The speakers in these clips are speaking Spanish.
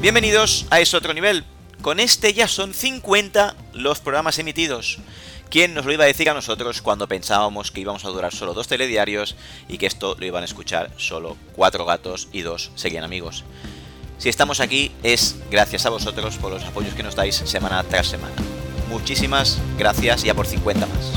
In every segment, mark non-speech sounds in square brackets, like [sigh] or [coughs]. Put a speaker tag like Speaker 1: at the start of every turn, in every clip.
Speaker 1: Bienvenidos a Es Otro Nivel. Con este ya son 50 los programas emitidos. ¿Quién nos lo iba a decir a nosotros cuando pensábamos que íbamos a durar solo dos telediarios y que esto lo iban a escuchar solo cuatro gatos y dos serían amigos? Si estamos aquí es gracias a vosotros por los apoyos que nos dais semana tras semana. Muchísimas gracias ya por 50 más.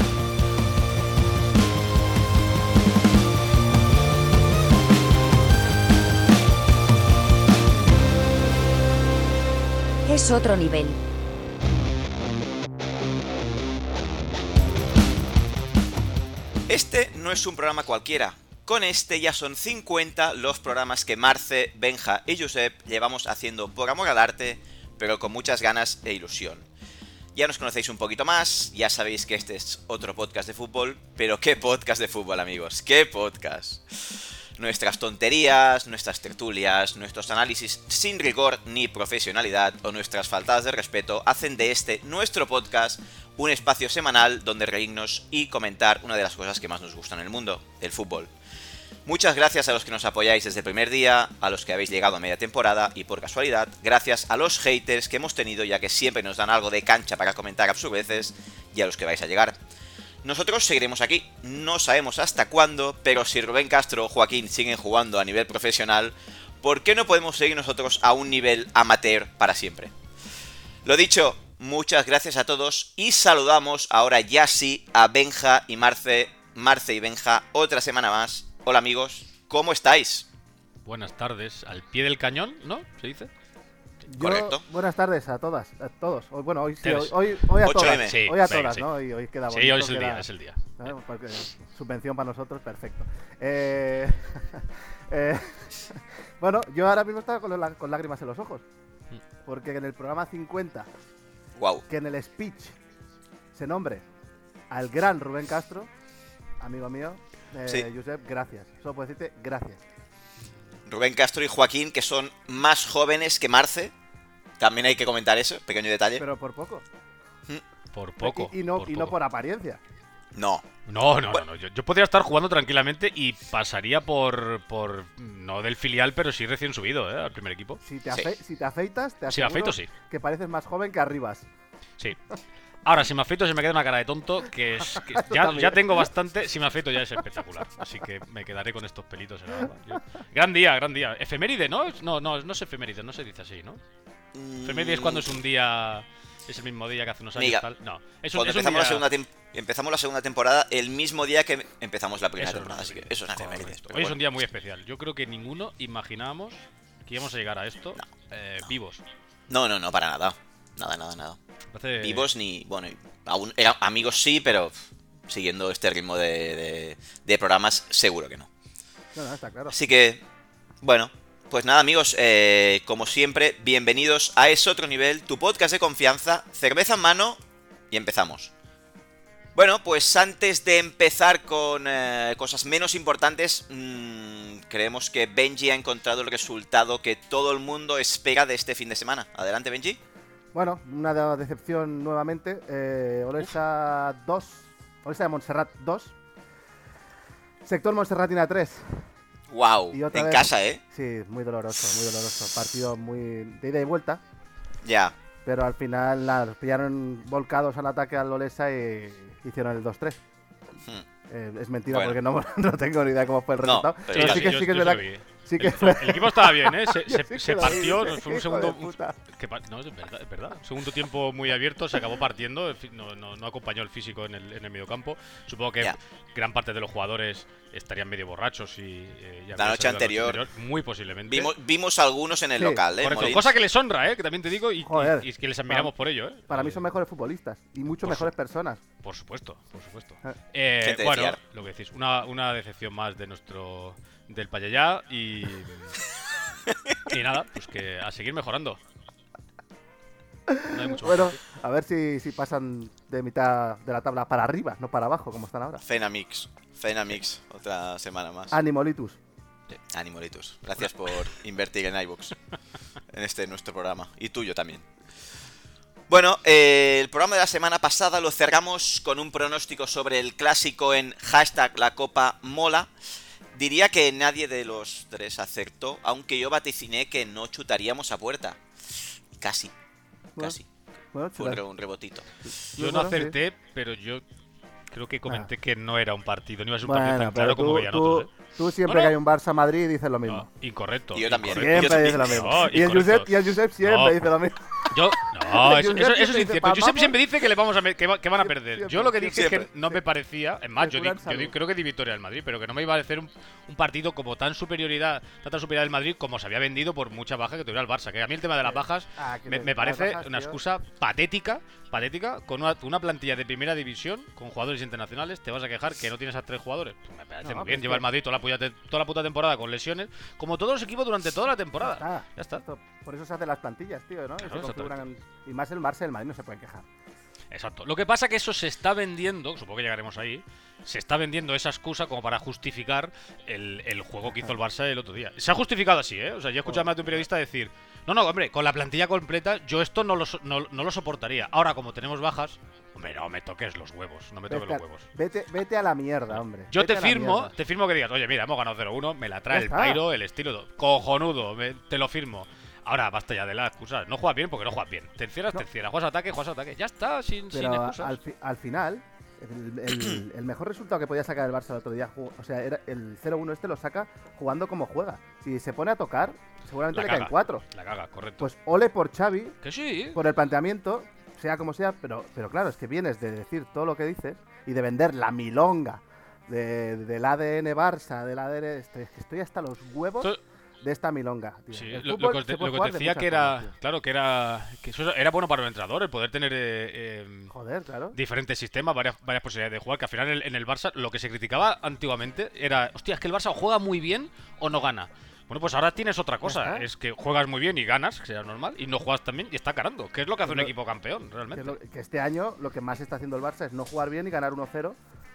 Speaker 2: Es otro nivel.
Speaker 1: Este no es un programa cualquiera. Con este ya son 50 los programas que Marce, Benja y Josep llevamos haciendo por amor al arte, pero con muchas ganas e ilusión. Ya nos conocéis un poquito más, ya sabéis que este es otro podcast de fútbol, pero qué podcast de fútbol amigos, qué podcast. Nuestras tonterías, nuestras tertulias, nuestros análisis sin rigor ni profesionalidad o nuestras faltadas de respeto hacen de este nuestro podcast un espacio semanal donde reírnos y comentar una de las cosas que más nos gusta en el mundo, el fútbol. Muchas gracias a los que nos apoyáis desde el primer día, a los que habéis llegado a media temporada y por casualidad, gracias a los haters que hemos tenido ya que siempre nos dan algo de cancha para comentar absurdeces y a los que vais a llegar. Nosotros seguiremos aquí, no sabemos hasta cuándo, pero si Rubén Castro o Joaquín siguen jugando a nivel profesional, ¿por qué no podemos seguir nosotros a un nivel amateur para siempre? Lo dicho, muchas gracias a todos y saludamos ahora ya sí a Benja y Marce, Marce y Benja, otra semana más. Hola amigos, ¿cómo estáis?
Speaker 3: Buenas tardes, al pie del cañón, ¿no? ¿Se dice?
Speaker 4: Yo-
Speaker 1: Correcto.
Speaker 4: Buenas tardes a todas, a todos. Hoy, bueno, hoy sí,
Speaker 3: Tres.
Speaker 4: hoy, hoy, hoy a
Speaker 1: 8 M.
Speaker 4: todas.
Speaker 3: Sí,
Speaker 4: hoy a
Speaker 3: venga,
Speaker 4: todas,
Speaker 3: sí.
Speaker 4: ¿no? Hoy, hoy queda
Speaker 3: Sí, hoy
Speaker 4: bonito,
Speaker 3: es el
Speaker 4: queda-
Speaker 3: día, es el día.
Speaker 4: ¿sabes? Porque subvención para nosotros, perfecto. Eh, [laughs] eh, [laughs] bueno, yo ahora mismo estaba con, los lá- con lágrimas en los ojos. Porque en el programa 50,
Speaker 1: Wow.
Speaker 4: que en el speech se nombre al gran Rubén Castro, amigo mío, eh,
Speaker 1: Sí.
Speaker 4: Josep, gracias. Solo puedo decirte gracias.
Speaker 1: Rubén Castro y Joaquín, que son más jóvenes que Marce. También hay que comentar eso, pequeño detalle.
Speaker 4: Pero por poco.
Speaker 3: Por poco.
Speaker 4: Y, y no,
Speaker 3: por
Speaker 4: y no
Speaker 3: poco.
Speaker 4: por apariencia.
Speaker 1: No.
Speaker 3: No, no, no,
Speaker 1: Bueno.
Speaker 3: no. Yo, yo podría estar jugando tranquilamente y pasaría por, por. No del filial, pero sí recién subido, ¿eh? Al primer equipo.
Speaker 4: Si te,
Speaker 1: Sí.
Speaker 4: afe- si te afeitas, te
Speaker 3: Si
Speaker 4: aseguro
Speaker 3: afeito, sí.
Speaker 4: que pareces más joven que arribas.
Speaker 3: Sí. Ahora, si me afeito, se me queda una cara de tonto que,
Speaker 4: [laughs]
Speaker 3: es, que ya,
Speaker 4: también.
Speaker 3: ya tengo bastante. Si me afeito, ya es espectacular. Así que me quedaré con estos pelitos en la barba. Yo- Gran día, gran día. Efeméride, ¿no? No, no, no es efeméride, no se dice así, ¿no? Efeméride es cuando es un día. Es el mismo día que hace unos años.
Speaker 1: Miga.
Speaker 3: Tal. No, es un,
Speaker 1: Cuando
Speaker 3: es un
Speaker 1: empezamos,
Speaker 3: día-
Speaker 1: la segunda tem- empezamos la segunda temporada el mismo día que empezamos la primera
Speaker 3: Eso es
Speaker 1: temporada, así que
Speaker 3: efeméride.
Speaker 1: eso es una
Speaker 3: Correcto.
Speaker 1: efeméride, pero
Speaker 3: Hoy es
Speaker 1: bueno.
Speaker 3: un día muy especial. Yo creo que ninguno imaginábamos que íbamos a llegar a esto eh, vivos.
Speaker 1: No, no, no, para nada. Nada, nada, nada.
Speaker 3: Hace-
Speaker 1: Vivos ni. Bueno, aún, era- amigos sí, pero pff, siguiendo este ritmo de, de- de programas, seguro que no.
Speaker 4: No, no, está claro.
Speaker 1: Así que, bueno, pues nada, amigos, eh, como siempre, bienvenidos a Es Otro Nivel, tu podcast de confianza, cerveza en mano y empezamos. Bueno, pues antes de empezar con eh, cosas menos importantes, mm, creemos que Benji ha encontrado el resultado que todo el mundo espera de este fin de semana. Adelante, Benji.
Speaker 4: Bueno, una de- decepción nuevamente. Eh, Olesa 2. Olesa de Montserrat 2. Sector Montserratina 3.
Speaker 1: ¡Wow!
Speaker 4: Y
Speaker 1: En
Speaker 4: otra vez.
Speaker 1: casa, ¿eh?
Speaker 4: Sí, muy doloroso, muy doloroso. Partido muy de ida y vuelta.
Speaker 1: Ya.
Speaker 4: Pero al final la pillaron volcados al ataque al Olesa y hicieron el 2-3.
Speaker 1: Hmm.
Speaker 4: Eh, es mentira
Speaker 1: Bueno.
Speaker 4: porque no, no [laughs] tengo ni idea cómo fue el
Speaker 1: No,
Speaker 4: resultado.
Speaker 1: pero
Speaker 4: pero
Speaker 1: ya
Speaker 4: sí
Speaker 1: sí,
Speaker 4: que,
Speaker 3: yo-
Speaker 4: sí que es
Speaker 3: yo se
Speaker 4: verdad.
Speaker 3: lo vi, eh.
Speaker 4: Sí que
Speaker 3: El, el equipo estaba bien, ¿eh? Se,
Speaker 4: Yo
Speaker 3: se-
Speaker 4: sí que
Speaker 3: se
Speaker 4: lo vi,
Speaker 3: partió. fue
Speaker 4: dije, "Hijo de
Speaker 3: un segundo.
Speaker 4: puta".
Speaker 3: que pa- no, es verdad, es verdad. Segundo tiempo muy abierto, se acabó partiendo. en fin, No, no- no acompañó el físico en el, en el mediocampo. Supongo que
Speaker 1: Ya.
Speaker 3: gran parte de los jugadores estarían medio borrachos y. eh, ya
Speaker 1: La
Speaker 3: habían
Speaker 1: noche
Speaker 3: salido
Speaker 1: anterior.
Speaker 3: Muy posiblemente.
Speaker 1: Vimos, vimos algunos en el
Speaker 4: Sí,
Speaker 1: local, ¿eh?
Speaker 3: Correcto,
Speaker 1: Molins.
Speaker 3: cosa que les honra, ¿eh? Que también te digo y, y-
Speaker 4: Joder.
Speaker 3: y que les admiramos por ello, ¿eh?
Speaker 4: Para mí
Speaker 3: Eh,
Speaker 4: son mejores futbolistas y mucho
Speaker 3: Por
Speaker 4: mejores personas.
Speaker 3: Por supuesto, por supuesto.
Speaker 4: Ah.
Speaker 3: Eh,
Speaker 1: Gente de
Speaker 3: bueno,
Speaker 1: fiar.
Speaker 3: lo que decís, una, una decepción más de nuestro. del Payayá y.
Speaker 1: [laughs]
Speaker 3: y nada, pues que a seguir mejorando. No hay mucho más.
Speaker 4: Bueno, a ver si, si pasan de mitad de la tabla para arriba, no para abajo, como están ahora.
Speaker 1: Fenamix. Fenamix, otra semana
Speaker 4: Ah,
Speaker 1: más.
Speaker 4: Animolitus.
Speaker 1: Animolitos, gracias por invertir en iVoox, en este nuestro programa, y tuyo también. Bueno, eh, el programa de la semana pasada lo cerramos con un pronóstico sobre el clásico en hashtag la copa mola. Diría que nadie de los tres acertó, aunque yo vaticiné que no chutaríamos a puerta. Casi.
Speaker 4: Bueno,
Speaker 1: casi.
Speaker 4: Bueno,
Speaker 1: Fue un
Speaker 4: chula.
Speaker 1: re- un rebotito.
Speaker 3: Yo no
Speaker 4: Bueno, sí. Ah.
Speaker 3: acerté, pero yo creo que comenté que no era un partido, no iba a ser un partido
Speaker 4: Bueno,
Speaker 3: tan
Speaker 4: pero
Speaker 3: claro como
Speaker 4: tú,
Speaker 3: veían
Speaker 4: tú-
Speaker 3: otros. ¿eh?
Speaker 4: tú siempre
Speaker 3: No, no.
Speaker 4: que hay un Barça Madrid dices lo mismo.
Speaker 3: No, incorrecto.
Speaker 1: Y yo también.
Speaker 3: incorrecto.
Speaker 4: Siempre
Speaker 1: Yo
Speaker 4: dices lo
Speaker 1: también.
Speaker 4: mismo.
Speaker 3: No,
Speaker 4: y, el
Speaker 3: incorrecto.
Speaker 4: Josep, y el Josep siempre
Speaker 3: "Oh, No.
Speaker 4: dice lo mismo.
Speaker 3: Yo,
Speaker 4: [laughs]
Speaker 3: no, eso, eso- eso
Speaker 4: Josep siempre
Speaker 3: es
Speaker 4: dice,
Speaker 3: incierto. Josep
Speaker 4: "Vamos".
Speaker 3: siempre dice que, le vamos a me- que, va- que van a perder.
Speaker 4: Siempre,
Speaker 3: yo lo que dije es que
Speaker 1: siempre.
Speaker 3: no me parecía. Es más, yo, di-
Speaker 4: Regular
Speaker 3: yo di-
Speaker 4: salud.
Speaker 3: creo que di victoria al Madrid, pero que no me iba a parecer un, un partido como tan superioridad, tanta superioridad del Madrid como se había vendido por mucha baja que tuviera el Barça. Que a mí el tema de las bajas
Speaker 4: Ah, que
Speaker 3: me,
Speaker 4: les-
Speaker 3: me
Speaker 4: las
Speaker 3: parece
Speaker 4: bajas,
Speaker 3: una
Speaker 4: tío.
Speaker 3: excusa patética, patética, con una, una plantilla de primera división, con jugadores internacionales, te vas a quejar que no tienes a tres jugadores. Pues me parece
Speaker 4: No,
Speaker 3: muy
Speaker 4: pero
Speaker 3: bien,
Speaker 4: es
Speaker 3: lleva
Speaker 4: que-
Speaker 3: el Madrid toda la, puya- toda la puta temporada con lesiones, como todos los equipos durante toda la temporada.
Speaker 4: Ah,
Speaker 3: Ya está.
Speaker 4: esto- Por eso se hacen las plantillas, tío, ¿no? Y se
Speaker 3: Claro,
Speaker 4: configuran- Y más el Barça y el Madrid no se pueden quejar.
Speaker 3: Exacto. Lo que pasa que eso se está vendiendo, supongo que llegaremos ahí, se está vendiendo esa excusa como para justificar el, el juego que hizo el Barça el otro día. Se ha justificado así, ¿eh? O sea, yo he escuchado más de un periodista decir, no, no, hombre, con la plantilla completa yo esto no lo, so- no, no lo soportaría. Ahora, como tenemos bajas, hombre, no me toques los huevos, no me toques
Speaker 4: Vete,
Speaker 3: los
Speaker 4: a-
Speaker 3: huevos.
Speaker 4: vete, vete a la mierda, hombre.
Speaker 3: Yo
Speaker 4: Vete
Speaker 3: te
Speaker 4: a la
Speaker 3: firmo,
Speaker 4: mierda.
Speaker 3: te firmo que digas, oye, mira, hemos ganado 0-1, me la trae
Speaker 4: Ya
Speaker 3: el
Speaker 4: está.
Speaker 3: Pairo, el estilo, todo. cojonudo, me- te lo firmo. Ahora, basta ya de las excusas. No juegas bien porque no juegas bien. Te encierras, te
Speaker 4: No.
Speaker 3: encierras. Juegas ataque, juegas ataque. Ya está, sin, sin
Speaker 4: Pero a-
Speaker 3: excusas.
Speaker 4: al, fi- al final, el,
Speaker 3: [clears throat]
Speaker 4: el- el mejor resultado que podía sacar el Barça el otro día, ju- o sea, era el 0-1 este lo saca jugando como juega. Si se pone a tocar, seguramente
Speaker 3: La
Speaker 4: le
Speaker 3: caga.
Speaker 4: caen cuatro.
Speaker 3: La caga, correcto.
Speaker 4: Pues ole por Xavi,
Speaker 3: Que sí.
Speaker 4: por el planteamiento, sea como sea, pero, pero claro, es que vienes de decir todo lo que dices y de vender la milonga de- del ADN Barça, del ADN... Estoy, este. es que estoy hasta los huevos
Speaker 3: Esto-
Speaker 4: de esta milonga. tío.
Speaker 3: Sí,
Speaker 4: pues,
Speaker 3: lo,
Speaker 4: El
Speaker 3: lo
Speaker 4: fútbol
Speaker 3: que os de-
Speaker 4: se puede
Speaker 3: lo que os
Speaker 4: jugar de
Speaker 3: decía
Speaker 4: muchas
Speaker 3: que era,
Speaker 4: formas, tío.
Speaker 3: claro, que era que eso era bueno para los entrenadores, poder tener eh, em,
Speaker 4: Joder, claro.
Speaker 3: diferentes sistemas, varias, varias posibilidades de jugar, que al final en, en el Barça lo que se criticaba antiguamente era, hostia, es que el Barça o juega muy bien o no gana. Bueno, pues ahora tienes otra cosa,
Speaker 4: está.
Speaker 3: es que juegas muy bien y ganas, que será normal, y no juegas también y está ganando, que es lo que hace un
Speaker 4: Pero-
Speaker 3: equipo campeón,
Speaker 4: Que,
Speaker 3: realmente.
Speaker 4: es lo- que este año lo que más está haciendo el Barça es no jugar bien y ganar 1-0,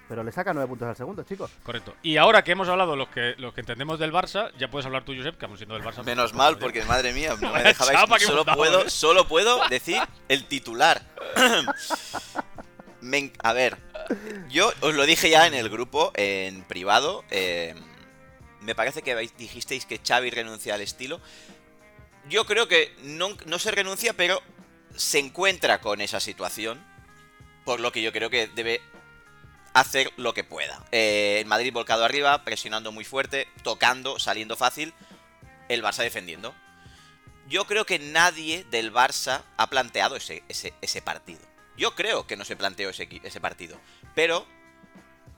Speaker 4: pero le saca 9 puntos al segundo, chicos.
Speaker 3: Correcto. Y ahora que hemos hablado los que los que entendemos del Barça, ya puedes hablar tú, Josep, que aún siendo del Barça. pues,
Speaker 1: Menos mal, porque madre mía, no me
Speaker 3: Vaya chapa
Speaker 1: dejabais.
Speaker 3: que
Speaker 1: Solo
Speaker 3: hemos dado,
Speaker 1: puedo,
Speaker 3: ¿eh?
Speaker 1: solo puedo decir el titular. [coughs] Me en- a ver, yo os lo dije ya en el grupo, en privado. eh, me parece que habéis- dijisteis que Xavi renuncia al estilo. Yo creo que no, no se renuncia, pero se encuentra con esa situación. Por lo que yo creo que debe hacer lo que pueda. Eh, el Madrid volcado arriba, presionando muy fuerte, tocando, saliendo fácil. El Barça defendiendo. Yo creo que nadie del Barça ha planteado ese, ese, ese partido. Yo creo que no se planteó ese, equi- ese partido. Pero,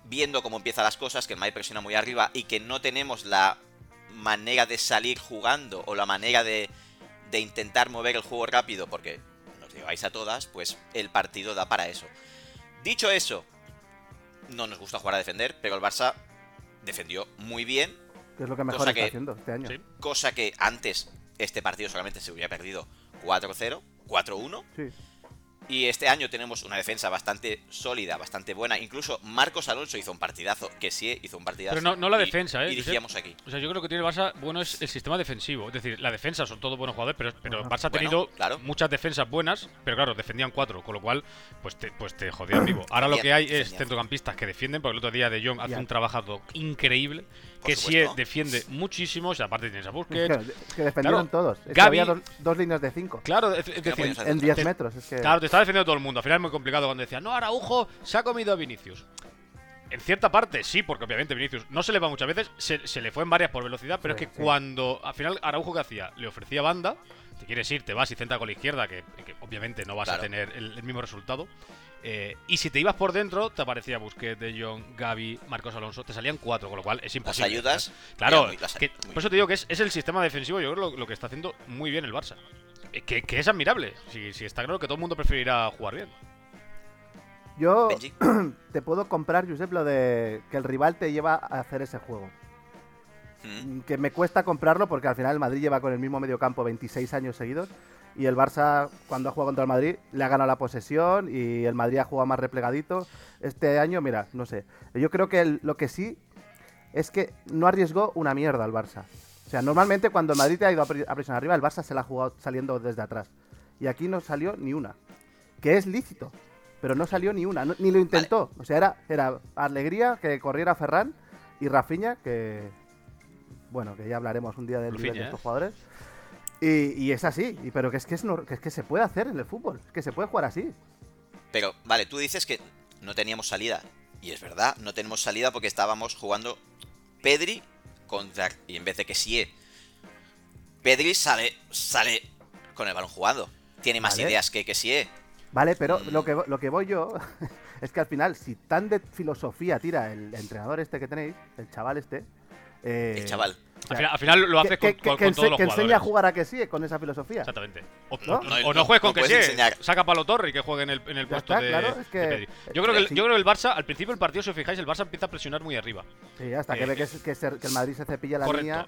Speaker 1: viendo cómo empiezan las cosas, que el Madrid presiona muy arriba y que no tenemos la manera de salir jugando o la manera de, de intentar mover el juego rápido, porque nos lleváis a todas, pues el partido da para eso. Dicho eso, no nos gusta jugar a defender, pero el Barça defendió muy bien,
Speaker 4: Que es lo que mejor
Speaker 1: Cosa
Speaker 4: está
Speaker 1: que-
Speaker 4: haciendo este año.
Speaker 3: Sí.
Speaker 4: Sí,
Speaker 1: cosa que antes este partido solamente se hubiera perdido 4-0, 4-1. Y este año tenemos una defensa bastante sólida, bastante buena. Incluso Marcos Alonso hizo un partidazo, que sí eh, hizo un partidazo.
Speaker 3: Pero no- no la
Speaker 1: Y-
Speaker 3: defensa, ¿eh?
Speaker 1: Y decíamos aquí.
Speaker 3: O sea, yo creo que tiene el Barça bueno es el sistema defensivo. Es decir, la defensa son todos buenos jugadores, pero, pero el Barça ha
Speaker 1: Bueno,
Speaker 3: tenido
Speaker 1: claro.
Speaker 3: muchas defensas buenas, pero claro, defendían cuatro, con lo cual, pues te, pues te
Speaker 1: [coughs]
Speaker 3: jodían vivo. Ahora lo que hay es
Speaker 1: Defendían.
Speaker 3: centrocampistas que defienden, porque el otro día De Jong hace
Speaker 4: Ya.
Speaker 3: un trabajo increíble,
Speaker 1: Por
Speaker 3: que sí eh,
Speaker 1: supuesto.
Speaker 3: defiende muchísimo, o sea, aparte tienes a
Speaker 4: Es [laughs]
Speaker 3: Busquets.
Speaker 4: que, es que defendieron
Speaker 3: Claro,
Speaker 4: todos. Es que
Speaker 3: Gavi-
Speaker 4: había dos, dos líneas de 5
Speaker 3: Claro, es, es decir,
Speaker 1: podías
Speaker 4: en 10 metros. Es que...
Speaker 3: Claro, te está defendiendo todo el mundo. Al final es muy complicado cuando decían, no, Araujo se ha comido a Vinicius. En cierta parte sí, porque obviamente Vinicius no se le va muchas veces, se, se le fue en varias por velocidad, pero
Speaker 4: Sí,
Speaker 3: es que
Speaker 4: sí.
Speaker 3: cuando al final Araujo que hacía, le ofrecía banda, te quieres ir, te vas y centra con la izquierda, que, que obviamente no vas a
Speaker 1: Claro.
Speaker 3: tener el, el mismo resultado. Eh, y si te ibas por dentro, te aparecía Busquets, De Jong, Gaby, Marcos Alonso, te salían cuatro, con lo cual es
Speaker 1: Las
Speaker 3: imposible. ¿eh?
Speaker 1: ayudas.
Speaker 3: Claro,
Speaker 1: eran muy- las-
Speaker 3: que-
Speaker 1: muy-
Speaker 3: por eso te digo que es, es el sistema defensivo, yo creo lo, lo que está haciendo muy bien el Barça. Eh, Que, que es admirable, si, si está claro que todo el mundo preferirá jugar bien.
Speaker 4: Yo
Speaker 1: Benji.
Speaker 4: te puedo comprar, Josep, lo de que el rival te lleva a hacer ese juego.
Speaker 1: Mm.
Speaker 4: Mm, Que me cuesta comprarlo porque al final el Madrid lleva con el mismo mediocampo 26 años seguidos. Y el Barça, cuando ha jugado contra el Madrid, le ha ganado la posesión y el Madrid ha jugado más replegadito. Este año, mira, no sé. Yo creo que el- lo que sí es que no arriesgó una mierda al Barça. O sea, normalmente cuando el Madrid te ha ido a pre- a presionar arriba, el Barça se la ha jugado saliendo desde atrás. Y aquí no salió ni una. Que es lícito, pero no salió ni una, no- ni lo intentó. O sea, era, era alegría que corriera Ferran y Rafinha, que. Bueno, que ya hablaremos un día del nivel
Speaker 3: Rafinha,
Speaker 4: de
Speaker 3: ¿eh?
Speaker 4: estos jugadores. Y, y es así, y- pero que es que, es, nor- que es que se puede hacer en el fútbol, es que se puede jugar así.
Speaker 1: Pero, vale, tú dices que no teníamos salida. Y es verdad, no tenemos salida porque estábamos jugando Pedri contra. Y en vez de que sie. Pedri sale, sale con el balón jugado. Tiene más
Speaker 4: Vale.
Speaker 1: ideas que eh, que sie.
Speaker 4: Vale, pero lo que, vo- lo que voy yo [laughs] es que al final, si tan de filosofía tira el entrenador este que tenéis, el chaval este. eh,
Speaker 1: El chaval.
Speaker 3: Al final, al final lo
Speaker 4: que-
Speaker 3: haces con,
Speaker 4: que-
Speaker 3: con-
Speaker 4: que
Speaker 3: con
Speaker 4: ense-
Speaker 3: todos los
Speaker 4: que enseña a
Speaker 3: jugadores.
Speaker 4: jugar a que sí, eh, con esa filosofía.
Speaker 3: Exactamente. O
Speaker 1: No,
Speaker 3: no,
Speaker 1: no,
Speaker 3: o no
Speaker 1: no,
Speaker 3: juegues
Speaker 1: no
Speaker 3: con que sí.
Speaker 1: puedes enseñar.
Speaker 3: Saca Palo Torre y que juegue en el, en el
Speaker 4: Ya
Speaker 3: puesto
Speaker 4: está,
Speaker 3: de,
Speaker 4: claro, es que-
Speaker 3: de Pedri. Yo creo, que, el-
Speaker 4: sí.
Speaker 3: yo creo que el Barça, al principio del partido, si os fijáis, el Barça empieza a presionar muy arriba.
Speaker 4: Sí, hasta que
Speaker 3: Eh,
Speaker 4: ve que, se- que se- que el Madrid se cepilla la
Speaker 3: Correcto.
Speaker 4: línea.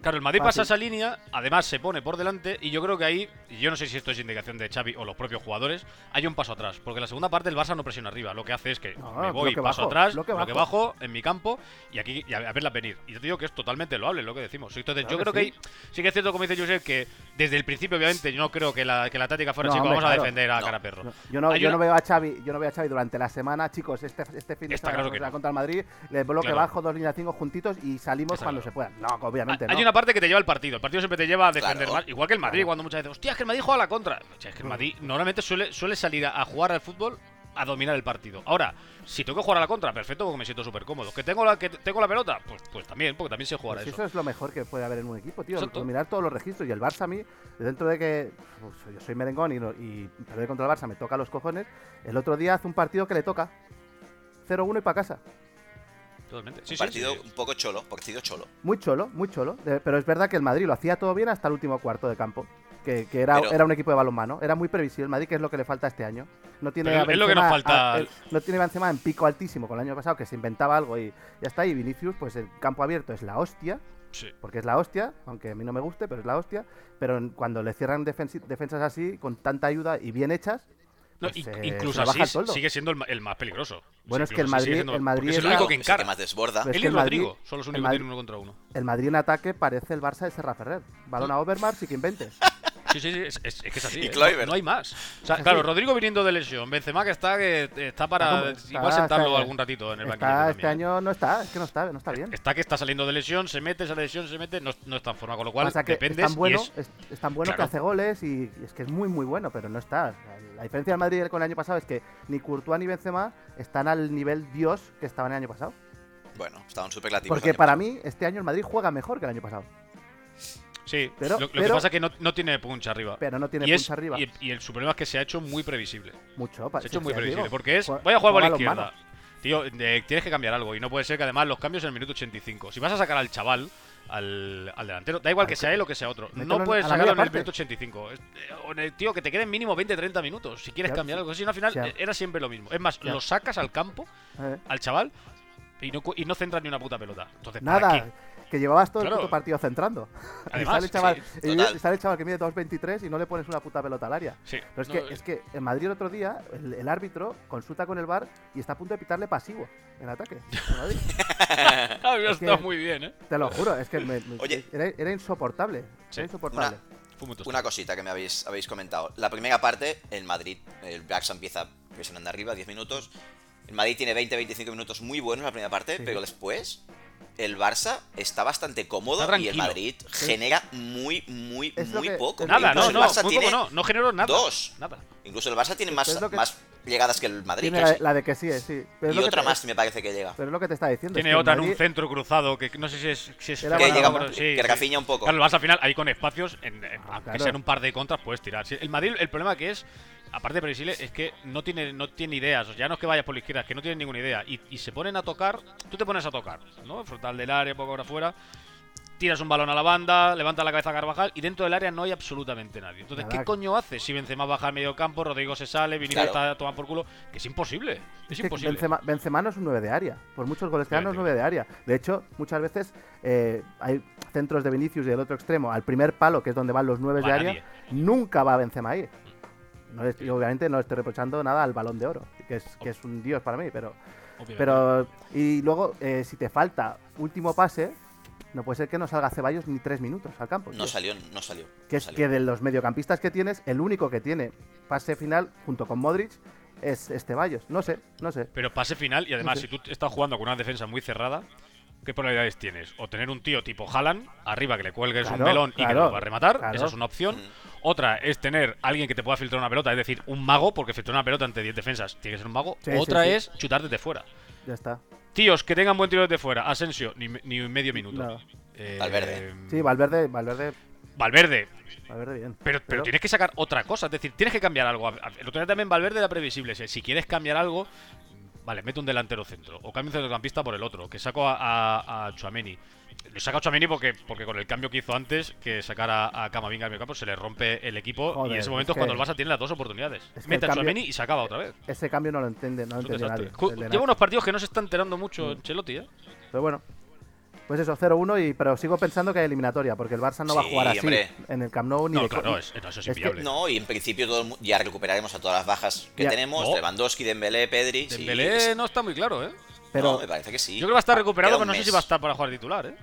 Speaker 3: Claro, el Madrid
Speaker 4: Fácil.
Speaker 3: pasa esa línea, además se pone por delante y yo creo que ahí, y yo no sé si esto es indicación de Xavi o los propios jugadores, hay un paso atrás, porque en la segunda parte el Barça no presiona arriba, lo que hace es que
Speaker 4: No,
Speaker 3: me voy,
Speaker 4: bloque
Speaker 3: paso
Speaker 4: bajo,
Speaker 3: atrás, lo
Speaker 4: bloque
Speaker 3: que bajo.
Speaker 4: bajo.
Speaker 3: en mi campo y aquí y a, a verla venir. Y yo te digo que es totalmente loable lo que decimos. Entonces
Speaker 4: Claro
Speaker 3: yo creo
Speaker 4: que
Speaker 3: que
Speaker 4: sí.
Speaker 3: ahí sí que es cierto, como dice Josep, que desde el principio obviamente yo no creo que la, que la táctica fuera,
Speaker 4: No,
Speaker 3: chicos,
Speaker 4: hombre,
Speaker 3: vamos
Speaker 4: claro.
Speaker 3: a defender a
Speaker 1: No,
Speaker 3: cara perro.
Speaker 4: No, yo no,
Speaker 3: Hay
Speaker 4: yo
Speaker 3: una-
Speaker 4: no veo a Xavi, yo no veo a Xavi durante la semana, chicos, este, este fin de
Speaker 3: Está claro
Speaker 4: semana vamos
Speaker 3: que
Speaker 4: a
Speaker 3: no.
Speaker 4: contra el Madrid, le bloque
Speaker 3: Claro.
Speaker 4: bajo dos líneas cinco juntitos y salimos
Speaker 3: Está
Speaker 4: cuando
Speaker 3: claro.
Speaker 4: se pueda. No, obviamente
Speaker 3: Ah, Hay
Speaker 4: no.
Speaker 3: una parte que te lleva al partido. El partido siempre te lleva a defender
Speaker 1: Claro.
Speaker 3: más. Igual que el Madrid,
Speaker 4: Claro. Mm.
Speaker 3: cuando muchas veces, hostia, es que el Madrid juega a la contra. O sea, es que el Madrid normalmente suele, suele salir a, a jugar al fútbol a dominar el partido. Ahora, si tengo que jugar a la contra, perfecto, porque me siento súper cómodo. ¿Que tengo la, que tengo la pelota? Pues, pues también, porque también sé jugar
Speaker 4: Pues
Speaker 3: a
Speaker 4: si
Speaker 3: eso.
Speaker 4: eso es lo mejor que puede haber en un equipo, tío.
Speaker 3: Exacto.
Speaker 4: Dominar todos los registros. Y el Barça a mí, dentro de que pues, yo soy merengón y, no- y perder contra el Barça me toca los cojones, el otro día hace un partido que le toca. 0-1 y para casa.
Speaker 3: Totalmente. Sí,
Speaker 1: Un
Speaker 3: sí,
Speaker 1: partido
Speaker 3: sí, sí.
Speaker 1: un poco cholo, partido cholo.
Speaker 4: Muy cholo, muy cholo. De- pero es verdad que el Madrid lo hacía todo bien hasta el último cuarto de campo. Que, que era,
Speaker 1: Pero-
Speaker 4: era un equipo de balonmano. Era muy previsible el Madrid, que es lo que le falta este año. No tiene
Speaker 3: Pero
Speaker 4: a
Speaker 3: es lo que nos
Speaker 4: Benzema-
Speaker 3: falta.
Speaker 4: a- el- no tiene Benzema en pico altísimo con el año pasado, que se inventaba algo y ya está. Y Vinicius, pues el campo abierto es la hostia.
Speaker 3: Sí.
Speaker 4: porque es la hostia, aunque a mí no me guste, pero es la hostia. Pero en- cuando le cierran defensi- defensas así, con tanta ayuda y bien hechas,
Speaker 3: No,
Speaker 4: pues,
Speaker 3: inc-
Speaker 4: eh, se
Speaker 3: incluso
Speaker 4: le baja
Speaker 3: así
Speaker 4: el sueldo.
Speaker 3: sigue siendo el, ma- el más peligroso.
Speaker 4: Bueno,
Speaker 3: Sí,
Speaker 4: es que el
Speaker 3: incluso así sigue
Speaker 4: Madrid-
Speaker 3: siendo-
Speaker 4: el Madrid
Speaker 3: porque es el
Speaker 4: está-
Speaker 3: único
Speaker 1: Claro,
Speaker 3: que
Speaker 1: es el que
Speaker 3: encara.
Speaker 1: más desborda.
Speaker 4: Pues- es
Speaker 3: Él
Speaker 4: que
Speaker 3: y
Speaker 4: el Madrid-
Speaker 3: Rodrigo son los
Speaker 4: el
Speaker 3: únicos que
Speaker 4: Madrid-
Speaker 3: tienen uno contra uno.
Speaker 4: el Madrid en ataque parece el Barça de Serra Ferrer. Balón a Overmars y que invente.
Speaker 3: Sí, sí, sí, es, es- es que es así.
Speaker 1: Y
Speaker 3: ¿eh?
Speaker 1: Kluivert.
Speaker 3: No, no hay más. O sea,
Speaker 4: Es
Speaker 3: claro,
Speaker 4: así.
Speaker 3: Rodrigo viniendo de lesión, Benzema que está que está
Speaker 4: Está
Speaker 3: para
Speaker 4: como- está-
Speaker 3: igual sentarlo
Speaker 4: está-
Speaker 3: algún ratito en el banquillo.
Speaker 4: Está, este
Speaker 3: también, ¿eh?
Speaker 4: año no está, es que no está, no está bien.
Speaker 3: Está que está saliendo de lesión, se mete, sale de lesión, se mete, no, no está en forma, con lo cual
Speaker 4: Pasa que
Speaker 3: dependes
Speaker 4: es tan bueno,
Speaker 3: y es-
Speaker 4: es, es tan bueno que
Speaker 3: Claro.
Speaker 4: hace goles y, y es que es muy muy bueno, pero no está. O sea, La diferencia del Madrid con el año pasado es que ni Courtois ni Benzema están al nivel dios que estaban el año pasado.
Speaker 1: Bueno, estaban súper creativos.
Speaker 4: Porque para mí este año el Madrid juega mejor que el año pasado,
Speaker 3: sí,
Speaker 4: pero-
Speaker 3: lo, lo que
Speaker 4: pero-
Speaker 3: pasa es que no, no tiene punch arriba.
Speaker 4: pero no tiene
Speaker 3: y,
Speaker 4: punta
Speaker 3: es-
Speaker 4: arriba.
Speaker 3: y- y el su problema es que se ha hecho muy previsible.
Speaker 4: mucho,
Speaker 3: Se ha hecho muy previsible.
Speaker 4: previsible
Speaker 3: porque es,
Speaker 4: Jue-
Speaker 3: voy a jugar por la
Speaker 4: juega balonmano.
Speaker 3: izquierda. Tío, eh, tienes que cambiar algo. Y no puede ser que además los cambios en el minuto 85. Si vas a sacar al chaval, al, al delantero, da igual
Speaker 4: Al
Speaker 3: que
Speaker 4: que-
Speaker 3: sea él o que sea otro.
Speaker 4: mételo
Speaker 3: No
Speaker 4: en-
Speaker 3: puedes
Speaker 4: a la
Speaker 3: sacarlo en
Speaker 4: media
Speaker 3: el
Speaker 4: parte.
Speaker 3: minuto 85. Es- eh, o en el- tío, que te queden mínimo 20-30 minutos. Si quieres
Speaker 4: Ya,
Speaker 3: cambiar algo. Si no, al final
Speaker 4: ya.
Speaker 3: eh, era siempre lo mismo. Es más,
Speaker 4: Ya.
Speaker 3: lo sacas al campo,
Speaker 4: Eh,
Speaker 3: al chaval, y no, cu- y no centras ni una puta pelota. Entonces, ¿para qué?
Speaker 4: Nada, que llevabas todo
Speaker 3: Claro.
Speaker 4: el puto partido centrando.
Speaker 3: Además,
Speaker 4: [laughs] y sale el chaval,
Speaker 3: sí,
Speaker 4: y
Speaker 1: total.
Speaker 4: sale el chaval que mide 2.23 y no le pones una puta pelota al área.
Speaker 3: Sí.
Speaker 4: Pero es,
Speaker 3: No, eh,
Speaker 1: eh.
Speaker 4: que, es que en Madrid el otro día el, el árbitro consulta con el VAR y está a punto de pitarle pasivo en ataque. al
Speaker 1: [laughs]
Speaker 4: Madrid.
Speaker 3: [laughs] Había
Speaker 4: es que-
Speaker 3: estado muy bien, ¿eh?
Speaker 4: Te lo juro, es que me- me-
Speaker 1: Oye.
Speaker 4: era, era insoportable.
Speaker 3: Sí,
Speaker 4: Era insoportable.
Speaker 3: Fue muy tostado.
Speaker 1: Una cosita que me habéis, habéis comentado. La primera parte, el Madrid, el Barça empieza presionando arriba, 10 minutos. El Madrid tiene 20-25 minutos muy buenos en la primera parte,
Speaker 4: Sí.
Speaker 1: pero después el Barça está bastante cómodo
Speaker 3: Está
Speaker 1: y el
Speaker 3: tranquilo.
Speaker 1: Madrid genera muy, muy,
Speaker 4: Es lo
Speaker 1: muy
Speaker 4: que-
Speaker 1: poco.
Speaker 4: es lo
Speaker 3: Nada, no,
Speaker 1: incluso
Speaker 3: no,
Speaker 1: el Barça
Speaker 3: muy
Speaker 1: tiene,
Speaker 3: poco no. No generó nada.
Speaker 1: dos.
Speaker 3: Nada.
Speaker 1: Incluso el Barça tiene más,
Speaker 4: Es lo que-
Speaker 1: más llegadas que el Madrid.
Speaker 4: Tiene la, la de que sí, eh, sí. Pero
Speaker 1: y
Speaker 4: es lo que
Speaker 1: otra
Speaker 4: te-
Speaker 1: más me parece que llega.
Speaker 4: Pero es lo que te está diciendo. es
Speaker 3: Tiene
Speaker 4: que el
Speaker 3: otra en un
Speaker 4: Madrid-
Speaker 3: centro cruzado que no sé si es. Si es
Speaker 4: Era
Speaker 1: Que
Speaker 4: Bueno,
Speaker 1: llega
Speaker 4: vamos,
Speaker 1: un- que Rafinha un poco.
Speaker 3: Claro, vas al final ahí con espacios, en, en-
Speaker 4: Ah,
Speaker 3: aunque
Speaker 4: claro.
Speaker 3: sean un par de contras, puedes tirar. Sí, El Madrid, el problema que es, aparte de previsible, es que no tiene, no tiene ideas. O sea, ya no es que vayas por la izquierda, es que no tienen ninguna idea. Y, y se ponen a tocar, tú te pones a tocar, ¿no? Frontal del área, poco ahora afuera. Tiras un balón a la banda, levanta la cabeza a Carvajal y dentro del área no hay absolutamente nadie. Entonces,
Speaker 4: Nada.
Speaker 3: ¿qué coño haces si Benzema baja al medio campo, Rodrigo se sale, Vinicius
Speaker 1: Claro.
Speaker 3: está tomando por culo? Que es imposible. Es
Speaker 4: que
Speaker 3: imposible.
Speaker 4: Benzema, Benzema no es un 9 de área. Por muchos goles que haga, no es 9 de área. De hecho, muchas veces eh, hay centros de Vinicius y del otro extremo al primer palo, que es donde van los 9
Speaker 3: Va
Speaker 4: de área,
Speaker 3: nadie.
Speaker 4: nunca va Benzema ahí. No le- y obviamente no le estoy reprochando nada al balón de oro, que es, que es un dios para mí, pero...
Speaker 3: obviamente.
Speaker 4: pero y luego, eh, si te falta último pase, no puede ser que no salga Ceballos ni tres minutos al campo.
Speaker 1: No
Speaker 4: tío.
Speaker 1: salió, no salió.
Speaker 4: que
Speaker 1: no
Speaker 4: es
Speaker 1: salió.
Speaker 4: que de los mediocampistas que tienes, el único que tiene pase final, junto con Modric, es Ceballos. No sé, no sé.
Speaker 3: Pero pase final y además,
Speaker 4: sé.
Speaker 3: si tú estás jugando con una defensa muy cerrada, ¿Qué probabilidades tienes? O tener un tío tipo Haaland, arriba que le cuelgues
Speaker 4: Claro,
Speaker 3: un velón y que
Speaker 4: claro,
Speaker 3: lo va a rematar.
Speaker 4: claro.
Speaker 3: Esa es una opción. Otra es tener alguien que te pueda filtrar una pelota, es decir, un mago, porque filtrar una pelota ante 10 defensas tiene que ser un mago.
Speaker 4: Sí,
Speaker 3: Otra
Speaker 4: sí, sí.
Speaker 3: es chutar desde fuera.
Speaker 4: Ya está.
Speaker 3: Tíos que tengan buen tiro desde fuera. Asensio, ni, me- ni medio minuto.
Speaker 4: Nada.
Speaker 3: Eh,
Speaker 1: Valverde.
Speaker 4: Sí, Valverde, Valverde,
Speaker 3: Valverde.
Speaker 4: Valverde bien.
Speaker 3: Pero, pero tienes que sacar otra cosa, es decir, tienes que cambiar algo. El otro día también Valverde era previsible. Si, si quieres cambiar algo, vale, mete un delantero centro. O cambio un centrocampista por el otro, que saco a, a, a Tchouaméni. Lo saca a Chuameni porque, porque con el cambio que hizo antes, que sacar a, a Camavinga al medio campo, se le rompe el equipo. y
Speaker 4: Joder,
Speaker 3: en ese momento
Speaker 4: es
Speaker 3: es cuando
Speaker 4: que-
Speaker 3: el Barça tiene las dos oportunidades.
Speaker 4: es que
Speaker 3: mete
Speaker 4: el
Speaker 3: a
Speaker 4: cambio-
Speaker 3: Chuameni y se acaba otra vez.
Speaker 4: Ese cambio no lo entiende, no lo
Speaker 3: Es un
Speaker 4: entiende nadie.
Speaker 3: desastre. Ju-
Speaker 4: El de
Speaker 3: Lleva
Speaker 4: Nacho.
Speaker 3: unos partidos que no se está enterando mucho
Speaker 4: Mm.
Speaker 3: Chelotti, ¿eh?
Speaker 4: Pero bueno. Pues eso, 0-1, y, pero sigo pensando que hay eliminatoria, porque el Barça no va a
Speaker 1: Sí,
Speaker 4: jugar así
Speaker 1: hombre.
Speaker 4: en el Camp Nou ni
Speaker 3: No,
Speaker 4: de co-
Speaker 3: claro, es- no, eso es
Speaker 4: es que-
Speaker 3: inviable.
Speaker 1: No, y en principio todo el mu- ya recuperaremos a todas las bajas que
Speaker 4: Ya.
Speaker 1: tenemos.
Speaker 3: No.
Speaker 1: Lewandowski, Dembélé, Pedri. sí,
Speaker 3: Dembélé
Speaker 1: sí.
Speaker 3: no está muy claro, ¿eh?
Speaker 4: Pero,
Speaker 1: No, me parece que sí.
Speaker 3: Yo creo que va a estar recuperado,
Speaker 1: Queda
Speaker 3: pero
Speaker 1: un
Speaker 3: no sé si
Speaker 1: mes.
Speaker 3: va a estar para jugar titular, ¿eh?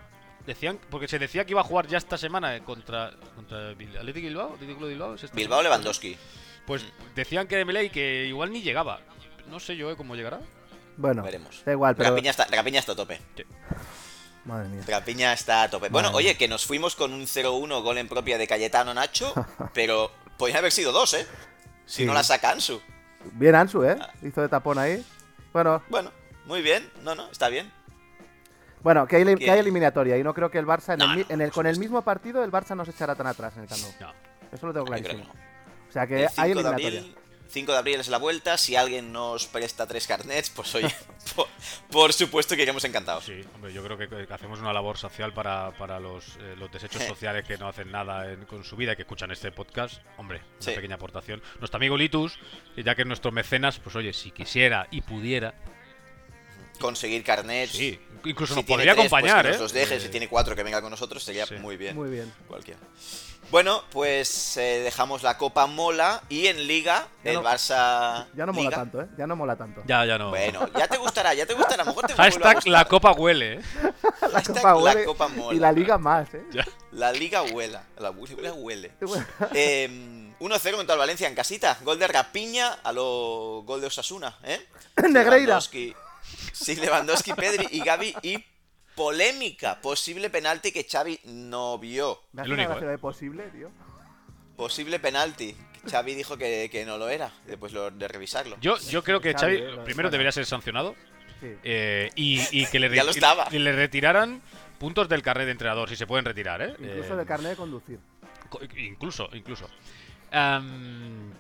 Speaker 3: Decían, porque se decía que iba a jugar ya esta semana eh, contra, contra Bil- Athletic Bilbao, Athletic Club Bilbao. ¿es esta
Speaker 1: Bilbao
Speaker 3: semana?
Speaker 1: Lewandowski. Mm.
Speaker 3: Pues decían que Dembélé y que igual ni llegaba. No sé yo eh, cómo llegará.
Speaker 4: bueno,
Speaker 1: Veremos.
Speaker 4: da igual, pero...
Speaker 1: Rapiña está, Rapiña está a tope.
Speaker 4: Madre mía.
Speaker 1: Rapiña está a tope. Bueno,
Speaker 4: Madre
Speaker 1: oye, que nos fuimos con un 0-1 gol en propia de Cayetano
Speaker 4: [laughs]
Speaker 1: Nacho, pero podrían haber sido dos, ¿eh? Si
Speaker 4: Sí.
Speaker 1: no la saca Ansu.
Speaker 4: Bien Ansu, ¿eh?
Speaker 1: Ah.
Speaker 4: Hizo de tapón ahí. Bueno,
Speaker 1: Bueno, muy bien. No, no, está bien.
Speaker 4: bueno que hay, que
Speaker 1: ¿Quién?
Speaker 4: hay eliminatoria y no creo que el Barça, en
Speaker 1: No,
Speaker 4: el mi-
Speaker 1: no,
Speaker 4: en el-
Speaker 1: por
Speaker 4: con el
Speaker 1: supuesto.
Speaker 4: mismo partido, el Barça no se echará tan atrás en el Camp Nou.
Speaker 3: No.
Speaker 4: Eso lo tengo
Speaker 1: Yo creo que
Speaker 4: clarísimo.
Speaker 1: no.
Speaker 4: O sea que
Speaker 1: El
Speaker 4: hay
Speaker 1: 5 de
Speaker 4: eliminatoria.
Speaker 1: abril. 5 de abril es la vuelta. Si alguien nos presta tres carnets, pues oye, [laughs] por, por supuesto que iremos encantados.
Speaker 3: Sí, hombre, yo creo que, que hacemos una labor social para, para los, eh,
Speaker 1: [laughs]
Speaker 3: los desechos sociales que no hacen nada en- con su vida y que escuchan este podcast. Hombre, una
Speaker 1: Sí.
Speaker 3: pequeña aportación. Nuestro amigo Litus, eh, ya que es nuestro mecenas, pues oye, si quisiera y pudiera,
Speaker 1: Conseguir carnets.
Speaker 3: sí, incluso
Speaker 1: Si
Speaker 3: nos
Speaker 1: tiene
Speaker 3: podría
Speaker 1: tres, pues que
Speaker 3: acompañar,
Speaker 1: nos
Speaker 3: ¿eh?
Speaker 1: los deje.
Speaker 3: Eh,
Speaker 1: Si tiene cuatro, que venga con nosotros. Sería
Speaker 3: sí.
Speaker 1: muy bien.
Speaker 4: Muy bien.
Speaker 1: Cualquiera. Bueno, pues eh, dejamos la Copa Mola y en Liga
Speaker 4: Ya
Speaker 1: el
Speaker 4: no-
Speaker 1: Barça.
Speaker 4: Ya no mola
Speaker 1: Liga.
Speaker 4: tanto, ¿eh? Ya no mola tanto.
Speaker 3: Ya, ya no.
Speaker 1: Bueno, ya te gustará, ya te gustará. A lo mejor te vuelve a
Speaker 3: [laughs] Hashtag
Speaker 1: gustar.
Speaker 3: la copa huele. ¿eh?
Speaker 4: la
Speaker 1: Hashtag
Speaker 4: Copa huele
Speaker 1: la Copa Mola.
Speaker 4: y la Liga más, ¿eh?
Speaker 1: La Liga huela. La hu- la
Speaker 4: [laughs]
Speaker 1: huele. Eh, 1-0 contra el Valencia en casita. Gol de Rapiña a lo gol de Osasuna,
Speaker 4: [laughs]
Speaker 1: ¿eh?
Speaker 4: Negreira.
Speaker 1: Lewandowski. Sí, Lewandowski, Pedri y Gaby. Y polémica. Posible penalti que Xavi no vio.
Speaker 4: Me
Speaker 3: El
Speaker 4: hace una
Speaker 3: único,
Speaker 4: gracia
Speaker 3: ¿eh?
Speaker 4: de posible, tío.
Speaker 1: Posible penalti. Xavi dijo que, que no lo era. Después lo, de revisarlo.
Speaker 3: Yo, yo creo que Xavi,
Speaker 4: Xavi, eh, lo de España.
Speaker 3: primero debería ser sancionado
Speaker 4: Sí.
Speaker 3: eh, y, y que le,
Speaker 1: [laughs]
Speaker 3: re-
Speaker 1: Ya lo estaba.
Speaker 3: y le retiraran puntos del carnet de entrenador, si se pueden retirar, ¿eh?
Speaker 4: Incluso
Speaker 3: Eh,
Speaker 4: del carnet de conducir.
Speaker 3: co- Incluso, incluso. Am,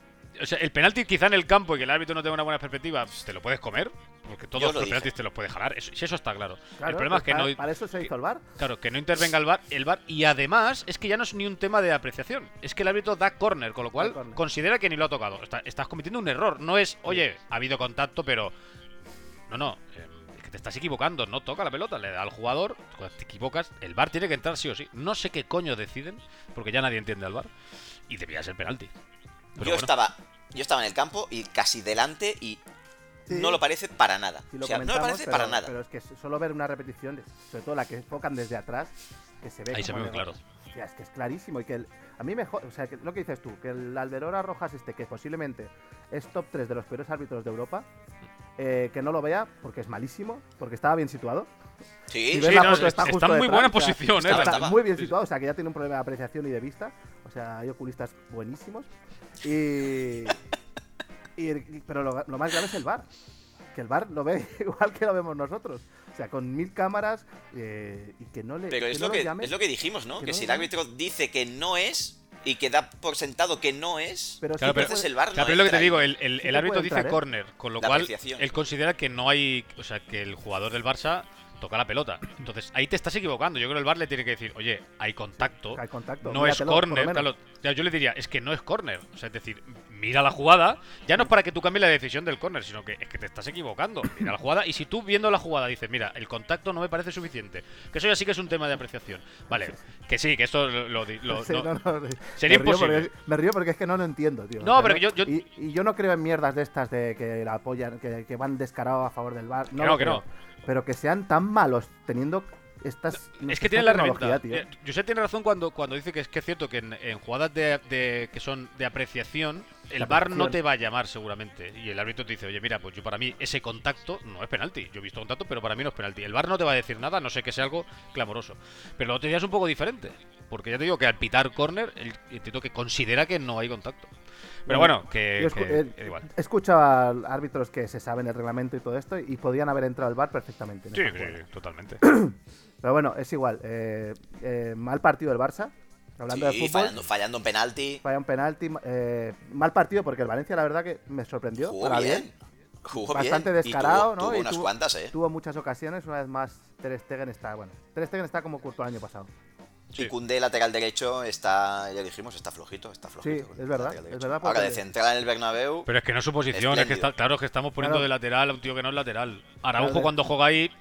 Speaker 3: o sea, el penalti quizá en el campo y que el árbitro no tenga una buena perspectiva, te lo puedes comer, porque todos
Speaker 1: Yo lo
Speaker 3: los
Speaker 1: dije.
Speaker 3: penaltis te los puedes jalar, eso, si eso está claro.
Speaker 4: Claro,
Speaker 3: el problema
Speaker 4: pues
Speaker 3: es que
Speaker 4: para,
Speaker 3: no...
Speaker 4: Para eso se
Speaker 3: que-
Speaker 4: hizo el bar.
Speaker 3: Claro, que no intervenga el bar, el bar y además es que ya no es ni un tema de apreciación, es que el árbitro da corner, con lo cual
Speaker 4: Da córner.
Speaker 3: considera que ni lo ha tocado. Está- estás cometiendo un error, no es, oye, ha habido contacto, pero no, no, eh, es que te estás equivocando, no toca la pelota, le da al jugador, cuando te equivocas, el bar tiene que entrar sí o sí. No sé qué coño deciden, porque ya nadie entiende al bar y debería ser penalti.
Speaker 1: Yo
Speaker 3: Pero bueno,
Speaker 1: estaba yo estaba en el campo y casi delante y
Speaker 4: Sí.
Speaker 1: no lo parece para nada.
Speaker 4: Si
Speaker 1: o sea, no lo
Speaker 4: comentamos,
Speaker 1: parece
Speaker 4: pero-
Speaker 1: para nada.
Speaker 4: Pero es que solo ver una repetición, de- sobre todo la que enfocan desde atrás, que se ve.
Speaker 3: Ahí se
Speaker 4: como
Speaker 3: ve
Speaker 4: le-
Speaker 3: muy claro.
Speaker 4: Hostia, es que es clarísimo. Y que el- a mí me jode. O sea, que lo que dices tú, que el Alberora Rojas, este, que posiblemente es top 3 de los peores árbitros de Europa, eh, que no lo vea porque es malísimo, porque estaba bien situado.
Speaker 1: Sí,
Speaker 4: Si
Speaker 1: sí.
Speaker 4: ves la
Speaker 3: no,
Speaker 4: foto,
Speaker 3: es- está en
Speaker 4: justo
Speaker 3: muy
Speaker 4: detrás,
Speaker 3: buena
Speaker 4: o sea,
Speaker 3: posición,
Speaker 1: ¿eh?
Speaker 4: está
Speaker 1: Estaba.
Speaker 4: muy bien situado, o sea, que ya tiene un problema de apreciación y de vista. O sea, hay oculistas buenísimos. Y. y- pero lo, lo más grave es el bar. Que el bar lo ve [laughs] igual que lo vemos nosotros. O sea, con mil cámaras eh, y que no le.
Speaker 1: Pero
Speaker 4: que
Speaker 1: es
Speaker 4: no
Speaker 1: lo, que,
Speaker 4: llamen.
Speaker 1: es lo que dijimos, ¿no?
Speaker 4: que
Speaker 1: Que,
Speaker 4: no
Speaker 1: si
Speaker 4: lo
Speaker 1: el
Speaker 4: llamen.
Speaker 1: árbitro dice que no es y que da por sentado que no es,
Speaker 4: Pero sí
Speaker 3: Claro,
Speaker 4: que
Speaker 1: entonces
Speaker 4: puede-
Speaker 1: el bar no
Speaker 3: Claro, pero es lo que
Speaker 1: entra ahí.
Speaker 3: te digo, el, el-
Speaker 4: Sí
Speaker 3: el
Speaker 4: que
Speaker 3: árbitro
Speaker 4: puede
Speaker 3: dice
Speaker 4: entrar, ¿eh?
Speaker 3: corner, con lo
Speaker 1: La
Speaker 3: cual
Speaker 1: apreciación.
Speaker 3: él considera que no hay, o sea, que el jugador del Barça toca la pelota. Entonces ahí te estás equivocando. Yo creo que el bar le tiene que decir, oye, hay contacto,
Speaker 4: Hay contacto,
Speaker 3: no
Speaker 4: míratelo,
Speaker 3: es
Speaker 4: por lo
Speaker 3: corner.
Speaker 4: menos.
Speaker 3: claro. O sea, yo le diría, es que no es corner. O sea, es decir, mira la jugada, ya no es para que tú cambies la decisión del corner, sino que es que te estás equivocando. Mira la jugada y si tú viendo la jugada dices, mira, el contacto no me parece suficiente, que eso ya sí que es un tema de apreciación. Vale, que sí, que esto lo, lo- lo-
Speaker 4: [laughs] Sí,
Speaker 3: no-
Speaker 4: no, no, sí.
Speaker 3: Sería
Speaker 4: me río
Speaker 3: imposible.
Speaker 4: porque- me río porque es que no lo entiendo, tío.
Speaker 3: No,
Speaker 4: O sea,
Speaker 3: pero yo- yo-
Speaker 4: Y, y yo no creo en mierdas de estas de que la apoyan, que, que van descarados a favor del bar. No,
Speaker 3: Que no,
Speaker 4: lo
Speaker 3: que
Speaker 4: creo.
Speaker 3: no.
Speaker 4: Pero que sean tan malos teniendo Estás,
Speaker 3: Es que tiene la
Speaker 4: tecnología,
Speaker 3: reventa.
Speaker 4: tío.
Speaker 3: Eh, Josep tiene razón cuando, cuando dice que es que es cierto que en, en jugadas de, de- que son de apreciación, el
Speaker 4: De
Speaker 3: bar no
Speaker 4: apreciación.
Speaker 3: te va a llamar seguramente. Y el árbitro te dice, oye, mira, pues yo para mí ese contacto no es penalti. Yo he visto contacto, pero para mí no es penalti. El bar no te va a decir nada, no sé que sea algo clamoroso. Pero lo otro día es un poco diferente. Porque ya te digo que al pitar corner, el entiendo que considera que no hay contacto. Pero
Speaker 4: Bueno,
Speaker 3: bueno, que,
Speaker 4: Yo escu-
Speaker 3: que-
Speaker 4: eh,
Speaker 3: que da igual.
Speaker 4: he escuchado a árbitros que se saben el reglamento y todo esto y podían haber entrado al bar perfectamente. en
Speaker 3: Sí,
Speaker 4: esa
Speaker 3: sí,
Speaker 4: jugada.
Speaker 3: sí, totalmente.
Speaker 4: Pero bueno, es igual. eh, eh, mal partido el Barça. Hablando
Speaker 2: Sí,
Speaker 4: de fútbol.
Speaker 2: fallando, fallando un penalti.
Speaker 4: Falla un penalti. eh, mal partido porque el Valencia, la verdad, que me sorprendió.
Speaker 2: Jugó
Speaker 4: para
Speaker 2: bien. Jugó
Speaker 4: Bastante
Speaker 2: bien. Y
Speaker 4: descarado,
Speaker 2: tuvo-
Speaker 4: ¿no?
Speaker 2: Tuvo
Speaker 4: Y
Speaker 2: unas
Speaker 4: tuvo-
Speaker 2: cuantas, ¿eh?
Speaker 4: Tuvo muchas ocasiones. Una vez más, Ter Stegen está. Bueno, Ter Stegen está como Courtois el año pasado.
Speaker 2: Y Cundé, lateral derecho, está, ya dijimos, está flojito, está flojito.
Speaker 4: Sí,
Speaker 2: con
Speaker 4: es
Speaker 2: el
Speaker 4: verdad,
Speaker 2: lateral
Speaker 4: es
Speaker 2: derecho.
Speaker 4: verdad,
Speaker 2: Ahora
Speaker 4: porque-
Speaker 2: de central en el Bernabéu,
Speaker 3: Pero es que no es su posición, es que
Speaker 2: Espléndido.
Speaker 3: está, claro es que estamos poniendo
Speaker 4: Claro.
Speaker 3: de lateral a un tío que no es lateral. Araujo
Speaker 4: Claro, ¿eh? de-
Speaker 3: cuando juega ahí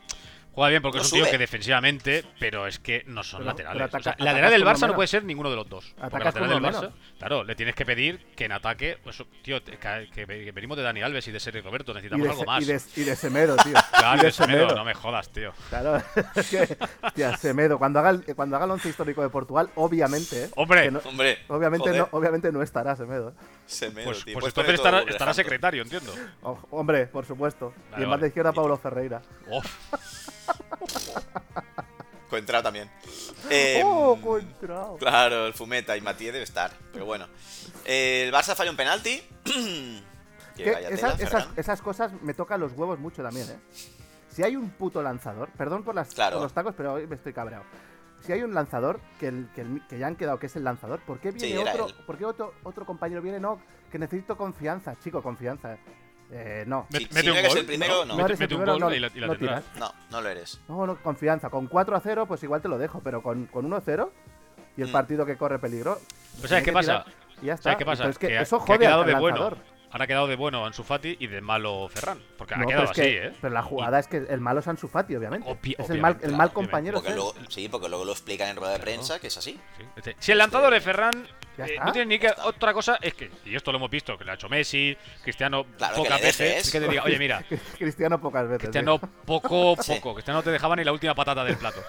Speaker 3: juega bien porque
Speaker 2: No
Speaker 3: es un tío
Speaker 2: sube.
Speaker 3: que defensivamente, pero es que no son
Speaker 4: Pero-
Speaker 3: laterales.
Speaker 4: pero ataca-
Speaker 3: O sea,
Speaker 4: atacas
Speaker 3: lateral del
Speaker 4: con uno
Speaker 3: Barça no
Speaker 4: menos.
Speaker 3: puede ser ninguno de los dos. Porque
Speaker 4: Atacas
Speaker 3: lateral
Speaker 4: con
Speaker 3: del
Speaker 4: uno
Speaker 3: Barça, claro, le tienes que pedir que en ataque, pues, tío, es que, que- que venimos de Dani Alves y de Sergio Roberto,
Speaker 4: Y
Speaker 3: necesitamos
Speaker 4: de,
Speaker 3: algo
Speaker 4: Se-
Speaker 3: más.
Speaker 4: y de- y de Semedo, tío.
Speaker 3: [laughs] Claro,
Speaker 4: Y de
Speaker 3: de Semedo,
Speaker 4: Semedo.
Speaker 3: no me jodas, tío.
Speaker 4: Claro, [laughs] es que, hostia, Semedo, cuando haga, el, cuando haga el once histórico de Portugal, obviamente, ¿eh?
Speaker 3: Hombre.
Speaker 4: que no-
Speaker 2: hombre,
Speaker 4: obviamente,
Speaker 2: joder,
Speaker 4: no, obviamente no estará Semedo. ¿eh?
Speaker 2: Semedo,
Speaker 3: Pues,
Speaker 2: tío, puedes poner
Speaker 3: pues entonces
Speaker 2: todo
Speaker 3: estará,
Speaker 2: el
Speaker 3: estará
Speaker 2: Wolverhampton.
Speaker 3: secretario,
Speaker 4: [laughs]
Speaker 3: entiendo.
Speaker 4: Oh, hombre, por supuesto.
Speaker 3: Vale,
Speaker 4: y en más
Speaker 3: vale.
Speaker 4: de izquierda, Pablo Ferreira.
Speaker 3: Uf,
Speaker 2: Coentrao también. Eh,
Speaker 4: [laughs] ¡Oh, contrao!
Speaker 2: Claro, el Fumeta y Matías debe estar, pero bueno. Eh, el Barça falló un penalti. [clears throat] Que
Speaker 4: Que
Speaker 2: vaya
Speaker 4: esas,
Speaker 2: tela,
Speaker 4: esas,
Speaker 2: Ferran.
Speaker 4: esas cosas me tocan los huevos mucho también, ¿eh? Si hay un puto lanzador, perdón por, las,
Speaker 2: Claro.
Speaker 4: por los tacos, pero hoy me estoy cabreado. Si hay un lanzador que, el- que el- que ya han quedado que es el lanzador, ¿por qué viene
Speaker 2: Sí, era
Speaker 4: otro?
Speaker 2: él.
Speaker 4: ¿Por qué otro, otro compañero viene? No, que necesito confianza, chico, confianza. Eh, no.
Speaker 3: met-
Speaker 2: Si- si
Speaker 3: mete
Speaker 2: no
Speaker 3: un
Speaker 2: eres
Speaker 3: gol.
Speaker 2: el primero, no.
Speaker 3: Mete,
Speaker 4: eres el
Speaker 3: mete un
Speaker 4: primero,
Speaker 3: gol
Speaker 4: no-
Speaker 3: y la, y la
Speaker 4: no
Speaker 3: tendrás.
Speaker 4: tiras.
Speaker 2: No, no lo eres.
Speaker 4: No, no, confianza. Con 4 a 0, pues igual te lo dejo, pero con, con 1 a 0 y el
Speaker 2: Mm.
Speaker 4: partido que corre peligro.
Speaker 3: Pues,
Speaker 4: tiene
Speaker 3: ¿sabes qué pasa?
Speaker 4: tirar y ya está.
Speaker 3: ¿Sabes qué pasa?
Speaker 4: Pero es que,
Speaker 3: ha-
Speaker 4: eso
Speaker 3: ha
Speaker 4: jode
Speaker 3: quedado
Speaker 4: al
Speaker 3: de
Speaker 4: lanzador.
Speaker 3: bueno. Ahora ha quedado de bueno Ansu Fati y de malo Ferran. Porque ha
Speaker 4: No,
Speaker 3: quedado
Speaker 4: pero, es
Speaker 3: así,
Speaker 4: que-
Speaker 3: ¿eh?
Speaker 4: pero la jugada es que el malo es Ansu Fati, obviamente.
Speaker 3: Obvi-
Speaker 4: es el mal,
Speaker 3: obviamente,
Speaker 4: el
Speaker 3: claro,
Speaker 4: mal
Speaker 3: obviamente.
Speaker 4: compañero.
Speaker 2: Porque
Speaker 4: es él.
Speaker 2: luego, sí, porque luego lo explican en rueda de
Speaker 3: Claro.
Speaker 2: prensa, que es así.
Speaker 3: Sí, este- Si el lanzador es Ferran,
Speaker 4: Ya
Speaker 3: eh,
Speaker 4: está.
Speaker 3: no tiene ni que. Otra cosa es que, y esto lo hemos visto, que lo ha hecho Messi, Cristiano
Speaker 2: Claro, que
Speaker 3: pocas
Speaker 2: le dejes.
Speaker 3: veces, que te diga, oye, mira,
Speaker 4: [laughs] Cristiano pocas veces. ¿eh?
Speaker 3: Cristiano poco,
Speaker 2: [laughs] Sí.
Speaker 3: poco, Cristiano te dejaba ni la última patata del plato.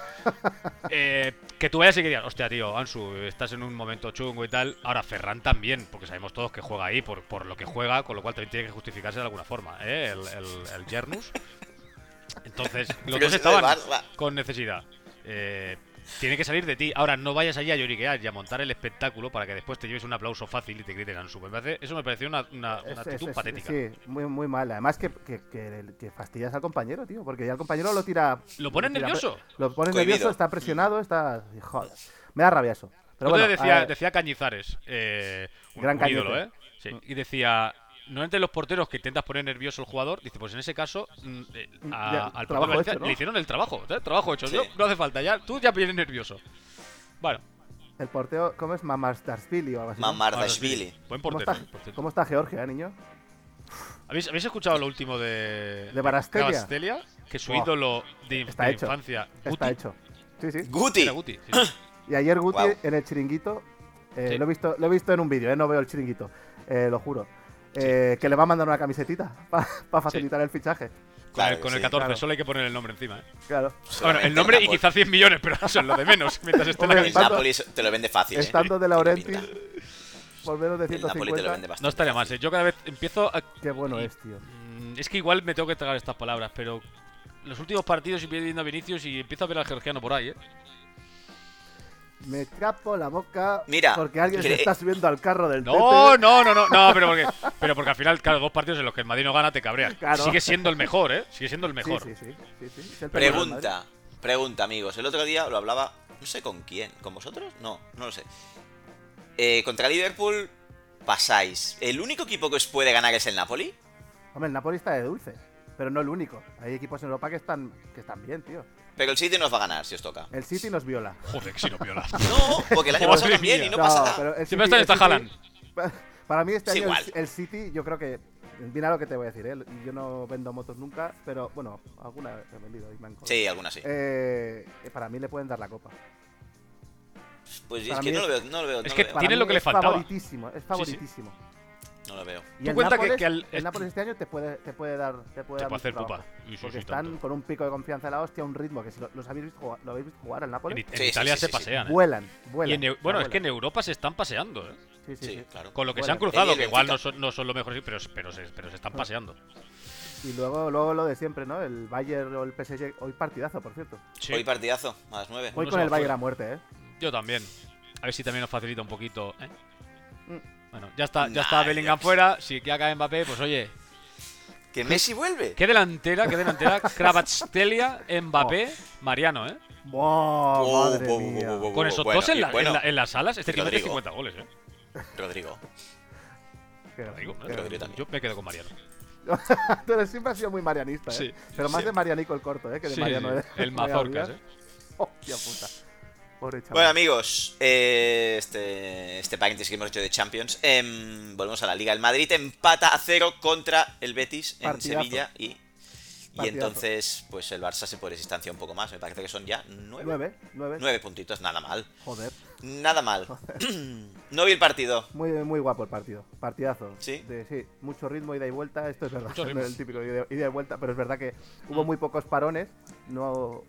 Speaker 3: Eh, que tú vayas y que digas, hostia, tío, Ansu, estás en un momento chungo y tal. Ahora Ferran también, porque sabemos todos que juega ahí por, por lo que juega, con lo cual también tiene que justificarse de alguna forma, ¿eh? El, el, el Yernus.
Speaker 2: [laughs]
Speaker 3: Entonces, los
Speaker 2: Pero
Speaker 3: dos
Speaker 2: si no, el
Speaker 3: estaban
Speaker 2: Barça-
Speaker 3: con necesidad. Eh, tiene que salir de ti. Ahora, no vayas allí a lloriquear y a montar el espectáculo para que después te lleves un aplauso fácil y te griten Ansu. Me parece- Eso me pareció una, una- una
Speaker 4: tío. Es-
Speaker 3: actitud
Speaker 4: es- es-
Speaker 3: patética.
Speaker 4: Sí, muy, muy mal. Además que, que, que- que fastidias al compañero, tío. Porque ya el compañero lo tira.
Speaker 3: ¿Lo ponen
Speaker 4: tira-
Speaker 3: nervioso?
Speaker 4: Lo ponen
Speaker 2: Cohibido.
Speaker 4: nervioso, está presionado, está. Joder. Me da rabia eso.
Speaker 3: Otro
Speaker 4: Pero bueno,
Speaker 3: día decía,
Speaker 4: eh,
Speaker 3: decía Cañizares, eh, un,
Speaker 4: Gran Mm.
Speaker 3: un ídolo,
Speaker 4: Cañete.
Speaker 3: ¿eh? Sí, y decía, normalmente los porteros que intentas poner nervioso al jugador, dice, pues en ese caso, mm, eh, a-
Speaker 4: Ya,
Speaker 3: al
Speaker 4: trabajo
Speaker 3: portero Valencia
Speaker 4: hecho, ¿no?
Speaker 3: le hicieron el trabajo, ¿eh? trabajo hecho,
Speaker 2: Sí.
Speaker 3: yo- no hace falta, ya, tú ya vienes nervioso. Bueno,
Speaker 4: el porteo, ¿cómo es? Mamarsdarsvili o algo así. ¿no?
Speaker 2: Mamardashvili.
Speaker 3: buen
Speaker 4: ¿Cómo
Speaker 3: portero.
Speaker 4: está,
Speaker 3: buen portero.
Speaker 4: cómo está Georgia, eh, niño?
Speaker 3: ¿Habéis, habéis escuchado lo último de,
Speaker 4: De Barastelia?
Speaker 3: Barastelia? Que su
Speaker 4: Buah.
Speaker 3: ídolo de,
Speaker 4: Está
Speaker 3: de
Speaker 4: hecho.
Speaker 3: infancia, Guti,
Speaker 4: Está hecho. Sí, sí.
Speaker 2: Guti.
Speaker 3: era Guti, sí, sí.
Speaker 4: Y ayer Guti
Speaker 2: Guau.
Speaker 4: en el chiringuito, eh,
Speaker 3: Sí.
Speaker 4: lo, he visto, lo he visto en un vídeo, eh, no veo el chiringuito, eh, lo juro, eh, que le va a mandar una camisetita [laughs] para facilitar el fichaje.
Speaker 3: Con
Speaker 2: Claro
Speaker 3: el, con
Speaker 2: que
Speaker 3: el
Speaker 2: sí.
Speaker 3: 14,
Speaker 4: claro.
Speaker 3: solo hay que poner el nombre encima. ¿eh?
Speaker 4: Claro.
Speaker 3: Bueno,
Speaker 2: Solamente
Speaker 3: el nombre y
Speaker 2: Napoli.
Speaker 3: quizá 100 millones, pero eso es lo de menos, mientras
Speaker 4: [laughs]
Speaker 3: esté la
Speaker 4: Hombre,
Speaker 2: El
Speaker 3: camiseta.
Speaker 4: Estando-
Speaker 2: Napoli te lo vende fácil. ¿eh?
Speaker 4: Estando de
Speaker 2: Tiene
Speaker 4: Laurenti
Speaker 2: pinta.
Speaker 4: por menos de
Speaker 2: El Napoli te lo
Speaker 4: 150.
Speaker 2: vende bastante.
Speaker 3: No estaría más, ¿eh? yo cada vez empiezo a
Speaker 4: Qué bueno es, tío.
Speaker 3: Mm, Es que igual me tengo que tragar estas palabras, pero los últimos partidos estoy viendo a Vinicius y empiezo a ver al georgiano por ahí, ¿eh?
Speaker 4: Me trapo la boca
Speaker 2: Mira,
Speaker 4: porque alguien se
Speaker 2: cre-
Speaker 4: está subiendo al carro del
Speaker 3: No,
Speaker 4: Tete.
Speaker 3: no, no, no, no, pero porque, pero porque al final, claro, dos partidos en los que el Madrid no gana te cabreas.
Speaker 4: Claro.
Speaker 3: Sigue siendo el mejor, ¿eh? Sigue siendo el mejor.
Speaker 4: Sí, sí, sí. sí, sí, es el peligro del Madrid.
Speaker 2: Pregunta, pregunta, amigos. El otro día lo hablaba, no sé con quién, ¿con vosotros? No, no lo sé. Eh, contra Liverpool pasáis. ¿El único equipo que os puede ganar es el Napoli?
Speaker 4: Hombre, el Napoli está de dulce, pero no el único. Hay equipos en Europa que están, que están bien, tío.
Speaker 2: Pero el City nos va a ganar si os toca.
Speaker 4: El City nos viola.
Speaker 3: Joder, que si no viola.
Speaker 2: No, porque el año
Speaker 3: [laughs] Madre
Speaker 2: pasado también
Speaker 3: mía.
Speaker 2: y no, pasa nada.
Speaker 4: pero el
Speaker 3: Siempre
Speaker 4: City-
Speaker 3: está en esta
Speaker 4: el City- [laughs] Para mí este
Speaker 2: Es
Speaker 4: año el-
Speaker 2: igual.
Speaker 4: El, City, yo creo que... Mira lo que te voy a decir, ¿eh? Yo no vendo motos nunca, pero bueno, alguna he vendido y me han cobrado.
Speaker 2: Sí, alguna sí.
Speaker 4: Eh, para mí le pueden dar la copa.
Speaker 2: Pues es
Speaker 4: para
Speaker 2: que
Speaker 4: mí
Speaker 2: no lo
Speaker 4: es-
Speaker 2: veo, no lo veo.
Speaker 3: es
Speaker 2: Pues no
Speaker 3: que
Speaker 2: lo veo,
Speaker 4: Para
Speaker 3: Tiene
Speaker 4: mí
Speaker 3: lo que le
Speaker 4: es
Speaker 3: faltaba.
Speaker 4: favoritísimo, es favoritísimo.
Speaker 2: no
Speaker 1: no lo veo.
Speaker 4: Y
Speaker 3: Tú
Speaker 4: el
Speaker 3: cuenta que-
Speaker 4: Nápoles,
Speaker 3: que al-
Speaker 4: el Nápoles este año te puede, te puede dar Te
Speaker 3: Te
Speaker 4: puede, dar
Speaker 3: puede
Speaker 4: mucho
Speaker 3: hacer
Speaker 4: trabajo.
Speaker 3: pupa. Y sí,
Speaker 4: Porque
Speaker 3: sí,
Speaker 4: están
Speaker 3: tanto.
Speaker 4: con un pico de confianza de la hostia, un ritmo que si lo- los habéis visto jugar, lo habéis visto jugar al
Speaker 3: En,
Speaker 4: Nápoles,
Speaker 3: en
Speaker 1: Sí, sí,
Speaker 3: Italia
Speaker 1: sí,
Speaker 3: se
Speaker 1: sí, sí.
Speaker 3: pasean. ¿eh?
Speaker 4: vuelan,
Speaker 3: Y
Speaker 4: vuelan.
Speaker 3: en Eu- bueno, es que en
Speaker 4: vuelan.
Speaker 3: Europa se están paseando, ¿eh?
Speaker 4: Sí, sí,
Speaker 1: Sí,
Speaker 4: sí.
Speaker 1: claro.
Speaker 3: Con lo que se
Speaker 4: Bueno,
Speaker 3: han cruzado,
Speaker 1: el
Speaker 3: que igual no
Speaker 1: Benfica.
Speaker 3: son, no son los mejores, pero, pero, se, pero se están paseando.
Speaker 4: Y luego, luego lo de siempre, ¿no? El Bayern o el PSG, hoy partidazo, por cierto.
Speaker 3: Sí,
Speaker 1: Hoy partidazo, a las 9.
Speaker 4: Voy
Speaker 3: Uno se
Speaker 4: con
Speaker 3: va
Speaker 4: el Bayern
Speaker 3: fuera.
Speaker 4: a muerte, ¿eh?
Speaker 3: yo también. A ver si también nos facilita un poquito. ¿eh?
Speaker 4: Mm.
Speaker 3: Bueno, ya está, ya está
Speaker 1: Nah,
Speaker 3: Bellingham
Speaker 1: yo-
Speaker 3: fuera. Si ya cae Mbappé, pues oye,
Speaker 1: ¿Que Messi vuelve?
Speaker 3: qué delantera,
Speaker 1: [laughs]
Speaker 3: qué delantera. Kravatelia, Mbappé, Mariano, ¿eh?
Speaker 4: ¡Buah,
Speaker 1: Oh,
Speaker 4: madre
Speaker 1: oh, oh,
Speaker 4: mía!
Speaker 1: oh, oh, oh,
Speaker 3: Con esos
Speaker 1: bueno,
Speaker 3: dos en,
Speaker 1: y
Speaker 3: la- en
Speaker 1: bueno,
Speaker 3: la- en las alas, este tío mete
Speaker 1: Rodrigo.
Speaker 3: 50 goles, ¿eh?
Speaker 1: Rodrigo.
Speaker 4: Qué
Speaker 3: Lo digo,
Speaker 4: grande,
Speaker 3: ¿eh?
Speaker 4: qué
Speaker 1: Rodrigo también.
Speaker 3: Yo me quedo con Mariano.
Speaker 4: grande. [laughs] Tú eres- siempre has sido muy marianista, ¿eh?
Speaker 3: Sí,
Speaker 4: Pero más
Speaker 1: sí.
Speaker 4: de Marianico el corto, ¿eh? Que de
Speaker 3: Sí,
Speaker 4: Mariano.
Speaker 3: sí,
Speaker 4: ¿eh? [laughs]
Speaker 3: el
Speaker 4: Vaya
Speaker 3: Mazorcas,
Speaker 4: vida.
Speaker 3: ¿eh?
Speaker 4: [laughs] Hostia puta. Pobre chaval.
Speaker 1: Bueno, amigos, eh, este, este paréntesis que hemos hecho de Champions, em, volvemos a la Liga. El Madrid empata a cero contra el Betis en
Speaker 4: Partidazo.
Speaker 1: Sevilla y, y
Speaker 4: Partidazo.
Speaker 1: entonces, pues el Barça se puede distanciar un poco más. Me parece que son ya nueve.
Speaker 4: Nueve, nueve.
Speaker 1: ¿eh? Nueve puntitos, nada mal.
Speaker 4: Joder.
Speaker 1: Nada mal. [clears throat] no vi el partido.
Speaker 4: Muy, muy guapo el partido. Partidazo.
Speaker 1: ¿Sí?
Speaker 4: De- sí, mucho ritmo, ida y vuelta. Esto es verdad.
Speaker 3: Mucho
Speaker 4: no
Speaker 3: ritmo.
Speaker 4: es el típico ida ida y vuelta, pero es verdad que hubo muy pocos parones. No,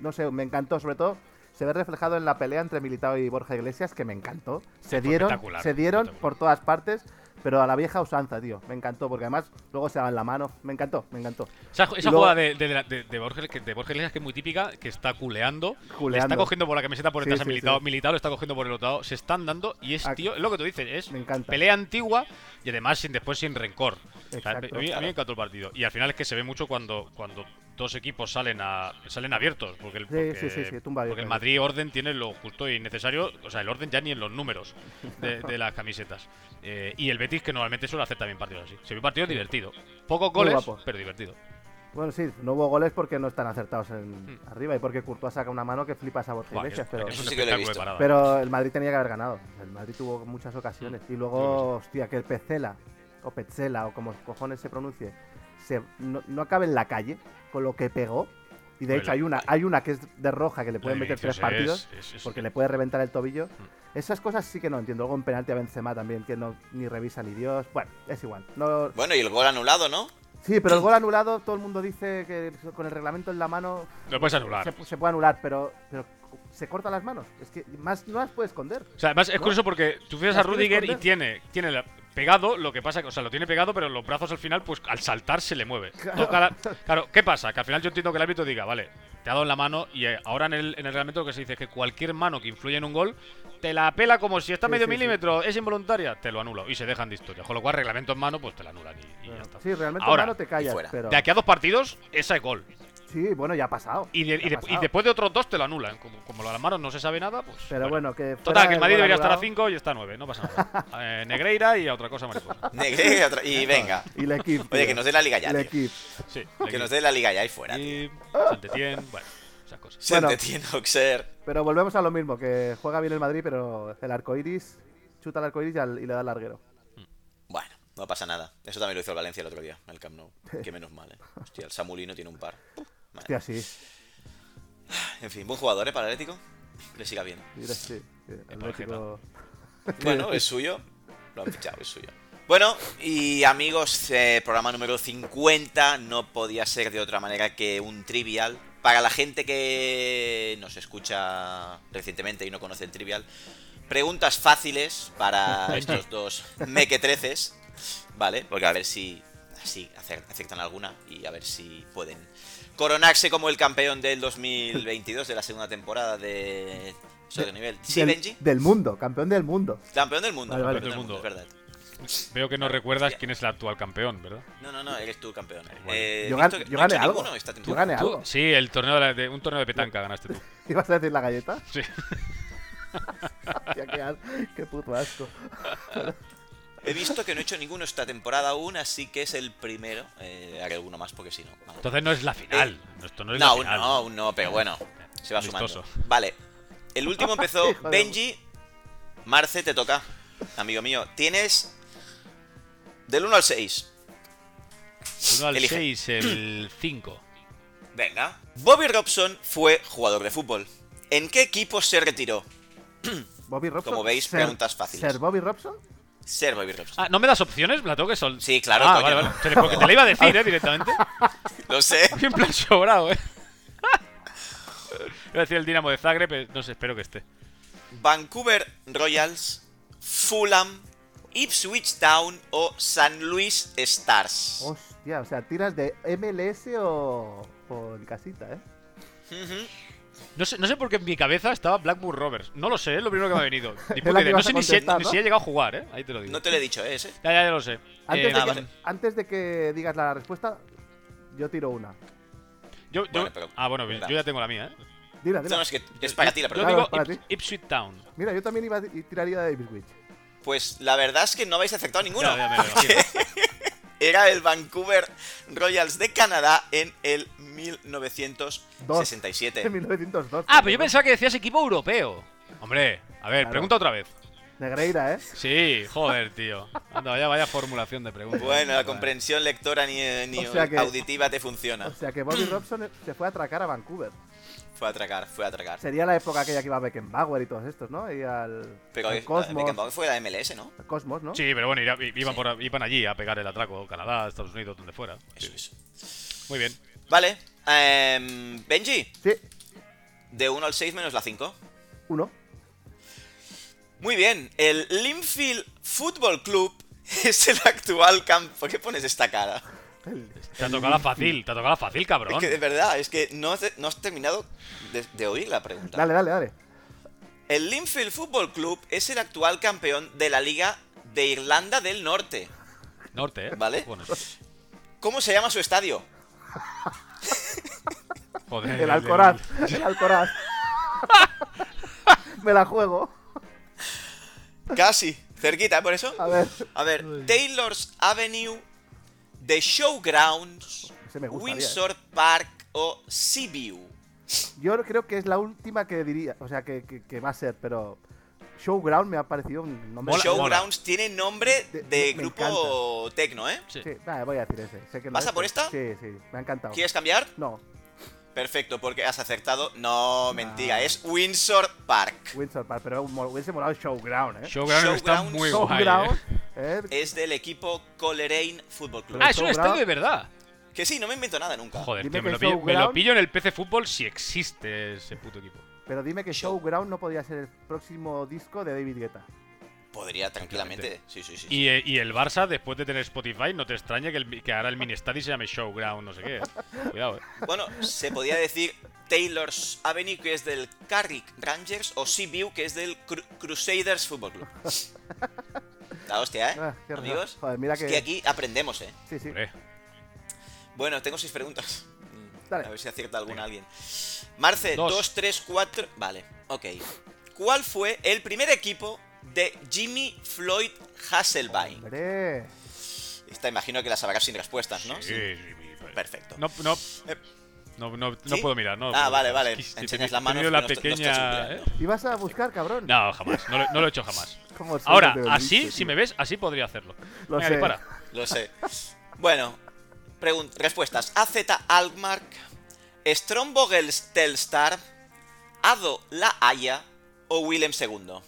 Speaker 4: no sé, me encantó. Sobre todo, se ve reflejado en la pelea entre Militao y Borja Iglesias, que me encantó. Se dieron,
Speaker 3: espectacular,
Speaker 4: se dieron
Speaker 3: espectacular.
Speaker 4: por todas partes. Pero a la vieja usanza, tío. Me encantó, porque además luego se daban la mano. Me encantó, me encantó.
Speaker 3: Esa, esa
Speaker 4: Luego-
Speaker 3: jugada de, de, de, de Borges, que- de Borges Iglesias que es muy típica, que está culeando, le
Speaker 4: Culeando.
Speaker 3: está cogiendo por la camiseta por
Speaker 4: Sí,
Speaker 3: detrás a
Speaker 4: sí,
Speaker 3: Militao,
Speaker 4: sí.
Speaker 3: Militao lo está cogiendo por el otro lado, se están dando y es
Speaker 4: Ah,
Speaker 3: tío, es lo que tú dices, es
Speaker 4: me encanta.
Speaker 3: pelea antigua y además sin después sin rencor. O sea, a, mí,
Speaker 4: Exacto.
Speaker 3: a mí me encantó el partido y al final es que se ve mucho cuando cuando dos equipos salen a salen abiertos porque el,
Speaker 4: Sí,
Speaker 3: porque-
Speaker 4: sí, sí, sí, tumba
Speaker 3: porque el
Speaker 4: abierta.
Speaker 3: Madrid orden tiene lo justo y necesario, o sea, el orden ya ni en los números de, de las
Speaker 4: [laughs]
Speaker 3: camisetas. Eh, y el Betis que normalmente suele hacer también partidos así. Se ve un partido divertido. Pocos
Speaker 4: Muy
Speaker 3: goles,
Speaker 4: guapo.
Speaker 3: pero divertido.
Speaker 4: Bueno, sí, no hubo goles porque no están acertados en arriba y porque Courtois saca una mano que flipas a Borja
Speaker 3: Hmm. Buah,
Speaker 4: Iglesias,
Speaker 3: es-
Speaker 4: pero,
Speaker 3: es un
Speaker 1: Eso sí que lo he
Speaker 3: espectáculo de
Speaker 1: visto.
Speaker 3: parada.
Speaker 4: pero el Madrid tenía que haber ganado. El Madrid tuvo muchas ocasiones. Y luego, hostia, que el Pezela, o Petzela, o como cojones se pronuncie, se, no, no acabe en la calle con lo que pegó. Y de
Speaker 3: Bueno,
Speaker 4: hecho hay una, hay una que es de roja que le pueden
Speaker 3: de
Speaker 4: meter tres
Speaker 3: Vinicius
Speaker 4: partidos
Speaker 3: es- es- Mm. es-
Speaker 4: porque le puede reventar el tobillo. Esas cosas sí que no entiendo. Luego un penalti a Benzema también que no ni revisa ni Dios. Bueno, es igual. No,
Speaker 1: Bueno, y el gol anulado, ¿no?
Speaker 4: Sí, pero el gol anulado, todo el mundo dice que con el reglamento en la mano
Speaker 3: Lo puedes anular.
Speaker 4: se, se puede anular, pero, pero se cortan las manos. Es que más no las puede esconder.
Speaker 3: O sea, además es curioso porque tú fijas a
Speaker 4: Las tienes
Speaker 3: Rudiger y
Speaker 4: escondidas.
Speaker 3: tiene, tiene la- pegado, lo que pasa, que- o sea, lo tiene pegado, pero los brazos al final, pues al saltar se le mueve. Toca la- claro, ¿qué pasa? Que al final yo entiendo que el árbitro diga, vale, te ha dado en la mano y eh, ahora en el, en el reglamento lo que se dice es que cualquier mano que influye en un gol te la pela como si está a
Speaker 4: Sí,
Speaker 3: medio
Speaker 4: sí, sí.
Speaker 3: milímetro, es involuntaria, te lo anulo y se dejan de historia. Con lo cual, reglamento en mano, pues te la anulan y, y ya está.
Speaker 4: Sí, realmente
Speaker 3: Ahora,
Speaker 4: mano te callas,
Speaker 1: fuera.
Speaker 4: pero
Speaker 3: De aquí a dos partidos, esa es gol.
Speaker 4: sí, bueno, ya ha pasado.
Speaker 3: Y, de-
Speaker 4: Ya
Speaker 3: y de-
Speaker 4: ha
Speaker 3: y
Speaker 4: pasado.
Speaker 3: después de otros dos te lo anulan. Como, como lo de las manos no se sabe nada, pues.
Speaker 4: Pero bueno, que fuera
Speaker 3: Total, que el
Speaker 4: el
Speaker 3: Madrid
Speaker 4: gol
Speaker 3: debería estar a
Speaker 4: anulado.
Speaker 3: 5 y está a 9, no pasa nada.
Speaker 4: [laughs]
Speaker 3: Eh, Negreira y a otra cosa mariposa.
Speaker 1: Negreira y otra- y venga.
Speaker 4: y el equipo.
Speaker 1: [laughs] Oye, que nos dé la liga ya,
Speaker 4: El
Speaker 1: tío.
Speaker 4: equipo.
Speaker 3: Sí,
Speaker 1: [laughs] Que nos dé la liga ya ahí fuera. tío.
Speaker 3: y Santetien, bueno, esas cosas.
Speaker 1: Se
Speaker 4: Bueno.
Speaker 1: entretiene Oxer.
Speaker 4: Pero volvemos a lo mismo, que juega bien el Madrid, pero el arcoiris chuta el arcoiris y, al- y le da al larguero.
Speaker 1: Bueno, no pasa nada. Eso también lo hizo el Valencia el otro día, el Camp Nou. Que menos mal, ¿eh? Hostia, el Samulino tiene un par. Puf, madre.
Speaker 4: Hostia, sí.
Speaker 1: En fin, buen jugador, ¿eh? Para el Atlético. Le siga bien.
Speaker 4: Mira, sí. El
Speaker 3: por ejemplo.
Speaker 4: Atlético-
Speaker 1: Bueno, es suyo. Lo han fichado, es suyo. Bueno, y amigos, eh, programa número 50 no podía ser de otra manera que un trivial. Para la gente que nos escucha recientemente y no conoce el trivial, preguntas fáciles para estos dos mequetreces, ¿vale? Porque a ver si así acer- aciertan alguna y a ver si pueden coronarse como el campeón del 2022 de la segunda temporada de... Sobre nivel. ¿Sí,
Speaker 4: del,
Speaker 1: Benji?
Speaker 4: del mundo, campeón del mundo. [laughs]
Speaker 1: Campeón del mundo.
Speaker 4: Vale, vale.
Speaker 1: Campeón del mundo, es
Speaker 3: Campeón
Speaker 1: verdad.
Speaker 3: Veo que no recuerdas quién es el actual campeón, ¿verdad?
Speaker 1: No, no, no, eres tú campeón.
Speaker 3: igual.
Speaker 1: Eh,
Speaker 4: Yo,
Speaker 1: Víctor,
Speaker 4: gan-
Speaker 1: no
Speaker 4: yo
Speaker 1: he
Speaker 4: gané
Speaker 1: hecho
Speaker 4: algo.
Speaker 1: ninguno esta
Speaker 4: Yo
Speaker 1: temporada.
Speaker 4: gané
Speaker 3: ¿Tú?
Speaker 4: algo.
Speaker 3: Sí, el torneo de, la- de- un torneo de petanca ganaste tú.
Speaker 4: ¿Ibas a decir la galleta?
Speaker 3: Sí.
Speaker 4: [laughs] Hostia, qué, as- qué puto asco.
Speaker 1: He visto que no he hecho ninguno esta temporada aún, así que es el primero. Eh, haré alguno más porque si no. vale.
Speaker 3: Entonces no es la final. Esto no es
Speaker 1: no,
Speaker 3: la
Speaker 1: aún
Speaker 3: final.
Speaker 1: no, aún no, pero bueno. Se va sumando.
Speaker 3: Amistoso.
Speaker 1: Vale. El
Speaker 4: [laughs]
Speaker 1: último empezó
Speaker 4: Hijo de
Speaker 1: Benji. Marce, te toca. Amigo mío, tienes. Del 1 al 6.
Speaker 3: Uno al
Speaker 1: Elige. [clears throat]
Speaker 3: 6, el 5.
Speaker 1: Venga. Bobby Robson fue jugador de fútbol. ¿En qué equipo se retiró?
Speaker 4: Bobby Robson.
Speaker 1: Como veis, preguntas fáciles.
Speaker 4: ¿Ser Bobby Robson?
Speaker 1: Ser Bobby
Speaker 3: [laughs]
Speaker 1: Robson.
Speaker 3: Ah, ¿no me das opciones? ¿La tengo que sol...
Speaker 1: Sí, claro,
Speaker 3: Ah,
Speaker 1: coño.
Speaker 3: vale, vale. Te le- Porque te la iba a decir,
Speaker 4: [laughs]
Speaker 3: ¿eh? Directamente.
Speaker 1: Lo sé.
Speaker 3: En plan sobrado, ¿eh? Iba a decir el Dinamo de Zagreb, pero no sé, espero que esté.
Speaker 1: Vancouver Royals, Fulham, Ipswich Town o San Luis Stars.
Speaker 4: Oh, Hostia, o sea, tiras de MLS o, o en casita, ¿eh?
Speaker 1: Ujú.
Speaker 3: No sé, no sé por qué en mi cabeza estaba Blackburn Rovers. No lo sé, es lo primero que me ha
Speaker 4: [laughs]
Speaker 3: venido. Ni
Speaker 4: Es
Speaker 3: puta
Speaker 4: la que
Speaker 3: idea. No
Speaker 4: ibas a
Speaker 3: sé ni si, he,
Speaker 4: contestar,
Speaker 3: ni
Speaker 4: ¿no?
Speaker 3: si he llegado a jugar, ¿eh? Ahí te lo digo.
Speaker 1: No te lo he dicho, ¿eh? ese.
Speaker 3: Ya, ya, ya lo sé.
Speaker 4: Antes,
Speaker 3: Eh,
Speaker 4: de
Speaker 1: ah,
Speaker 4: que,
Speaker 1: vale.
Speaker 4: antes de que digas la respuesta, yo tiro una.
Speaker 3: yo, yo-
Speaker 1: Vale, pero-
Speaker 3: ah, bueno, bien,
Speaker 1: Venga.
Speaker 3: yo ya tengo la mía, ¿eh?
Speaker 4: Dila,
Speaker 1: No,
Speaker 4: dila.
Speaker 1: no, es que es para ti la
Speaker 3: Yo
Speaker 1: pregunta.
Speaker 4: Claro,
Speaker 3: digo
Speaker 4: para
Speaker 3: Ips-
Speaker 4: ti.
Speaker 3: Ipswich Town.
Speaker 4: Mira, yo también iba a- y tiraría de David Witch.
Speaker 1: Pues la verdad es que no habéis aceptado ninguno.
Speaker 3: Ya, ya me lo imagino.
Speaker 1: [laughs] Era el Vancouver Royals de Canadá en el 1967.
Speaker 4: [laughs] En 1902.
Speaker 3: ah, pero yo pensaba que decías equipo europeo. Hombre, a ver,
Speaker 4: Claro.
Speaker 3: pregunta otra vez.
Speaker 4: Negreira, ¿eh?
Speaker 3: Sí, joder, tío. Anda, vaya, vaya formulación de preguntas.
Speaker 1: Bueno, la comprensión lectora ni, ni
Speaker 4: O sea que-
Speaker 1: auditiva te
Speaker 4: O
Speaker 1: funciona.
Speaker 4: sea que Bobby Robson se fue a atracar a Vancouver.
Speaker 1: Fue a atracar, fue a atracar.
Speaker 4: Sería la época aquella que iba Beckenbauer y todos estos, ¿no? Y al,
Speaker 1: Pero
Speaker 4: al
Speaker 1: eh,
Speaker 4: Cosmos,
Speaker 1: Beckenbauer fue la MLS, ¿no?
Speaker 4: al Cosmos, ¿no?
Speaker 3: Sí, pero bueno, irá- i- iban, por- iban allí a pegar el atraco. Canadá, Estados Unidos, donde fuera.
Speaker 1: Eso
Speaker 3: Sí.
Speaker 1: es.
Speaker 3: Muy bien.
Speaker 1: Vale. em, Benji,
Speaker 4: Sí,
Speaker 1: de 1 al 6 menos la 5.
Speaker 4: uno.
Speaker 1: Muy bien, el Linfield Football Club [laughs] es el actual campo. ¿Por qué pones esta cara?
Speaker 4: El-
Speaker 3: Te ha tocado la fácil, te ha tocado la fácil,
Speaker 1: Es
Speaker 3: cabrón.
Speaker 1: que de verdad, es que no, has- no has terminado de, de oír la pregunta.
Speaker 4: Dale, dale, dale.
Speaker 1: El Linfield Football Club es el actual campeón de la Liga de Irlanda del Norte.
Speaker 3: Norte, ¿eh?
Speaker 1: Vale. [laughs]
Speaker 3: Bueno,
Speaker 1: ¿Cómo se llama su estadio?
Speaker 3: joder,
Speaker 4: El Alcoraz,
Speaker 3: [laughs]
Speaker 4: el Alcoraz. [laughs] Me la juego.
Speaker 1: Casi, cerquita, ¿eh? por eso.
Speaker 4: A ver,
Speaker 1: A ver, Taylor's Avenue, The Showgrounds,
Speaker 4: Ese me gustaría, ¿eh?
Speaker 1: Windsor Park o Seaview.
Speaker 4: yo creo que es la última que diría, o sea, que, que- que va a ser, pero Showground me ha parecido un nombre.
Speaker 3: Mola, mola.
Speaker 1: Showgrounds tiene nombre
Speaker 4: De-
Speaker 1: de,
Speaker 4: me- me
Speaker 1: grupo tecno, ¿eh?
Speaker 3: Sí.
Speaker 4: Sí, nada, voy a decir ese. Sé que no
Speaker 1: ¿Vas a
Speaker 4: es,
Speaker 1: por
Speaker 4: pero-
Speaker 1: esta?
Speaker 4: Sí, sí, me ha encantado.
Speaker 1: ¿Quieres cambiar?
Speaker 4: No,
Speaker 1: Perfecto, porque has acertado. No, mentira, es Windsor Park.
Speaker 4: Windsor Park, pero mo- hubiese molado Showground, ¿eh?
Speaker 3: Showground está
Speaker 1: Showground,
Speaker 3: muy guay.
Speaker 4: Showground,
Speaker 3: ¿eh?
Speaker 4: ¿eh?
Speaker 1: Es del equipo Coleraine Football Club.
Speaker 3: Ah, es un
Speaker 4: Showground.
Speaker 3: estadio de verdad.
Speaker 1: Que sí, no me invento nada nunca.
Speaker 3: Joder,
Speaker 4: Dime
Speaker 3: tío, me
Speaker 4: que
Speaker 3: lo, pillo, me
Speaker 4: Showground-
Speaker 3: lo pillo en el PC Fútbol si existe ese puto equipo.
Speaker 4: Pero dime que
Speaker 1: Show.
Speaker 4: Showground no podía ser el próximo disco de David Guetta.
Speaker 1: Podría tranquilamente. Sí, sí, sí. sí.
Speaker 3: Y, eh, y el Barça, después de tener Spotify, no te extraña que, el, mi- que ahora el mini estadio se llame Showground, no
Speaker 1: [laughs]
Speaker 3: sé qué. ¿eh? Cuidado, eh.
Speaker 1: Bueno, se podía decir Taylor's Avenue, que es del Carrick Rangers, o Seaview, que es del Cru- Crusaders Football
Speaker 4: [laughs]
Speaker 1: Club. La hostia, ¿eh?
Speaker 4: Ah, qué raro.
Speaker 1: Amigos.
Speaker 4: Joder, mira
Speaker 1: Es que
Speaker 4: que-
Speaker 1: aquí aprendemos, ¿eh?
Speaker 4: Sí, sí.
Speaker 3: Hombre,
Speaker 1: Bueno, tengo seis preguntas. Mm,
Speaker 4: [laughs] Dale.
Speaker 1: A ver si acierta alguna alguien. Marce,
Speaker 3: Dos.
Speaker 1: 2, 3, 4. Vale, ok. ¿Cuál fue el primer equipo de Jimmy Floyd Hasselbein?
Speaker 4: Hombre,
Speaker 1: Esta imagino que la sabrás sin respuestas, ¿no?
Speaker 3: sí, sí, sí, pues.
Speaker 1: Perfecto.
Speaker 3: No, no,
Speaker 1: Eh.
Speaker 3: no, no, no
Speaker 1: ¿Sí?
Speaker 3: puedo mirar, no.
Speaker 1: Ah,
Speaker 3: puedo
Speaker 1: vale,
Speaker 3: mirar.
Speaker 1: vale.
Speaker 3: Es que si te-
Speaker 1: Enseñas
Speaker 3: te-
Speaker 1: la
Speaker 3: te
Speaker 1: mano,
Speaker 3: digo
Speaker 1: es
Speaker 3: la
Speaker 1: que no est- no
Speaker 3: pequeña.
Speaker 1: estás
Speaker 3: ¿eh?
Speaker 1: mirando.
Speaker 4: ibas a buscar, cabrón.
Speaker 3: No, jamás. No, lo- no lo he hecho jamás.
Speaker 4: [laughs] Cómo suena
Speaker 3: Ahora,
Speaker 4: el dedo
Speaker 3: así,
Speaker 4: bicho,
Speaker 3: si
Speaker 4: tío.
Speaker 3: me ves, así podría hacerlo.
Speaker 4: Lo
Speaker 3: Venga,
Speaker 4: sé.
Speaker 3: dispara.
Speaker 1: Lo sé. Bueno, pregun- respuestas. AZ Alkmaar, Strombogels Telstar, Ado La Haya o Willem II.
Speaker 4: Hostia.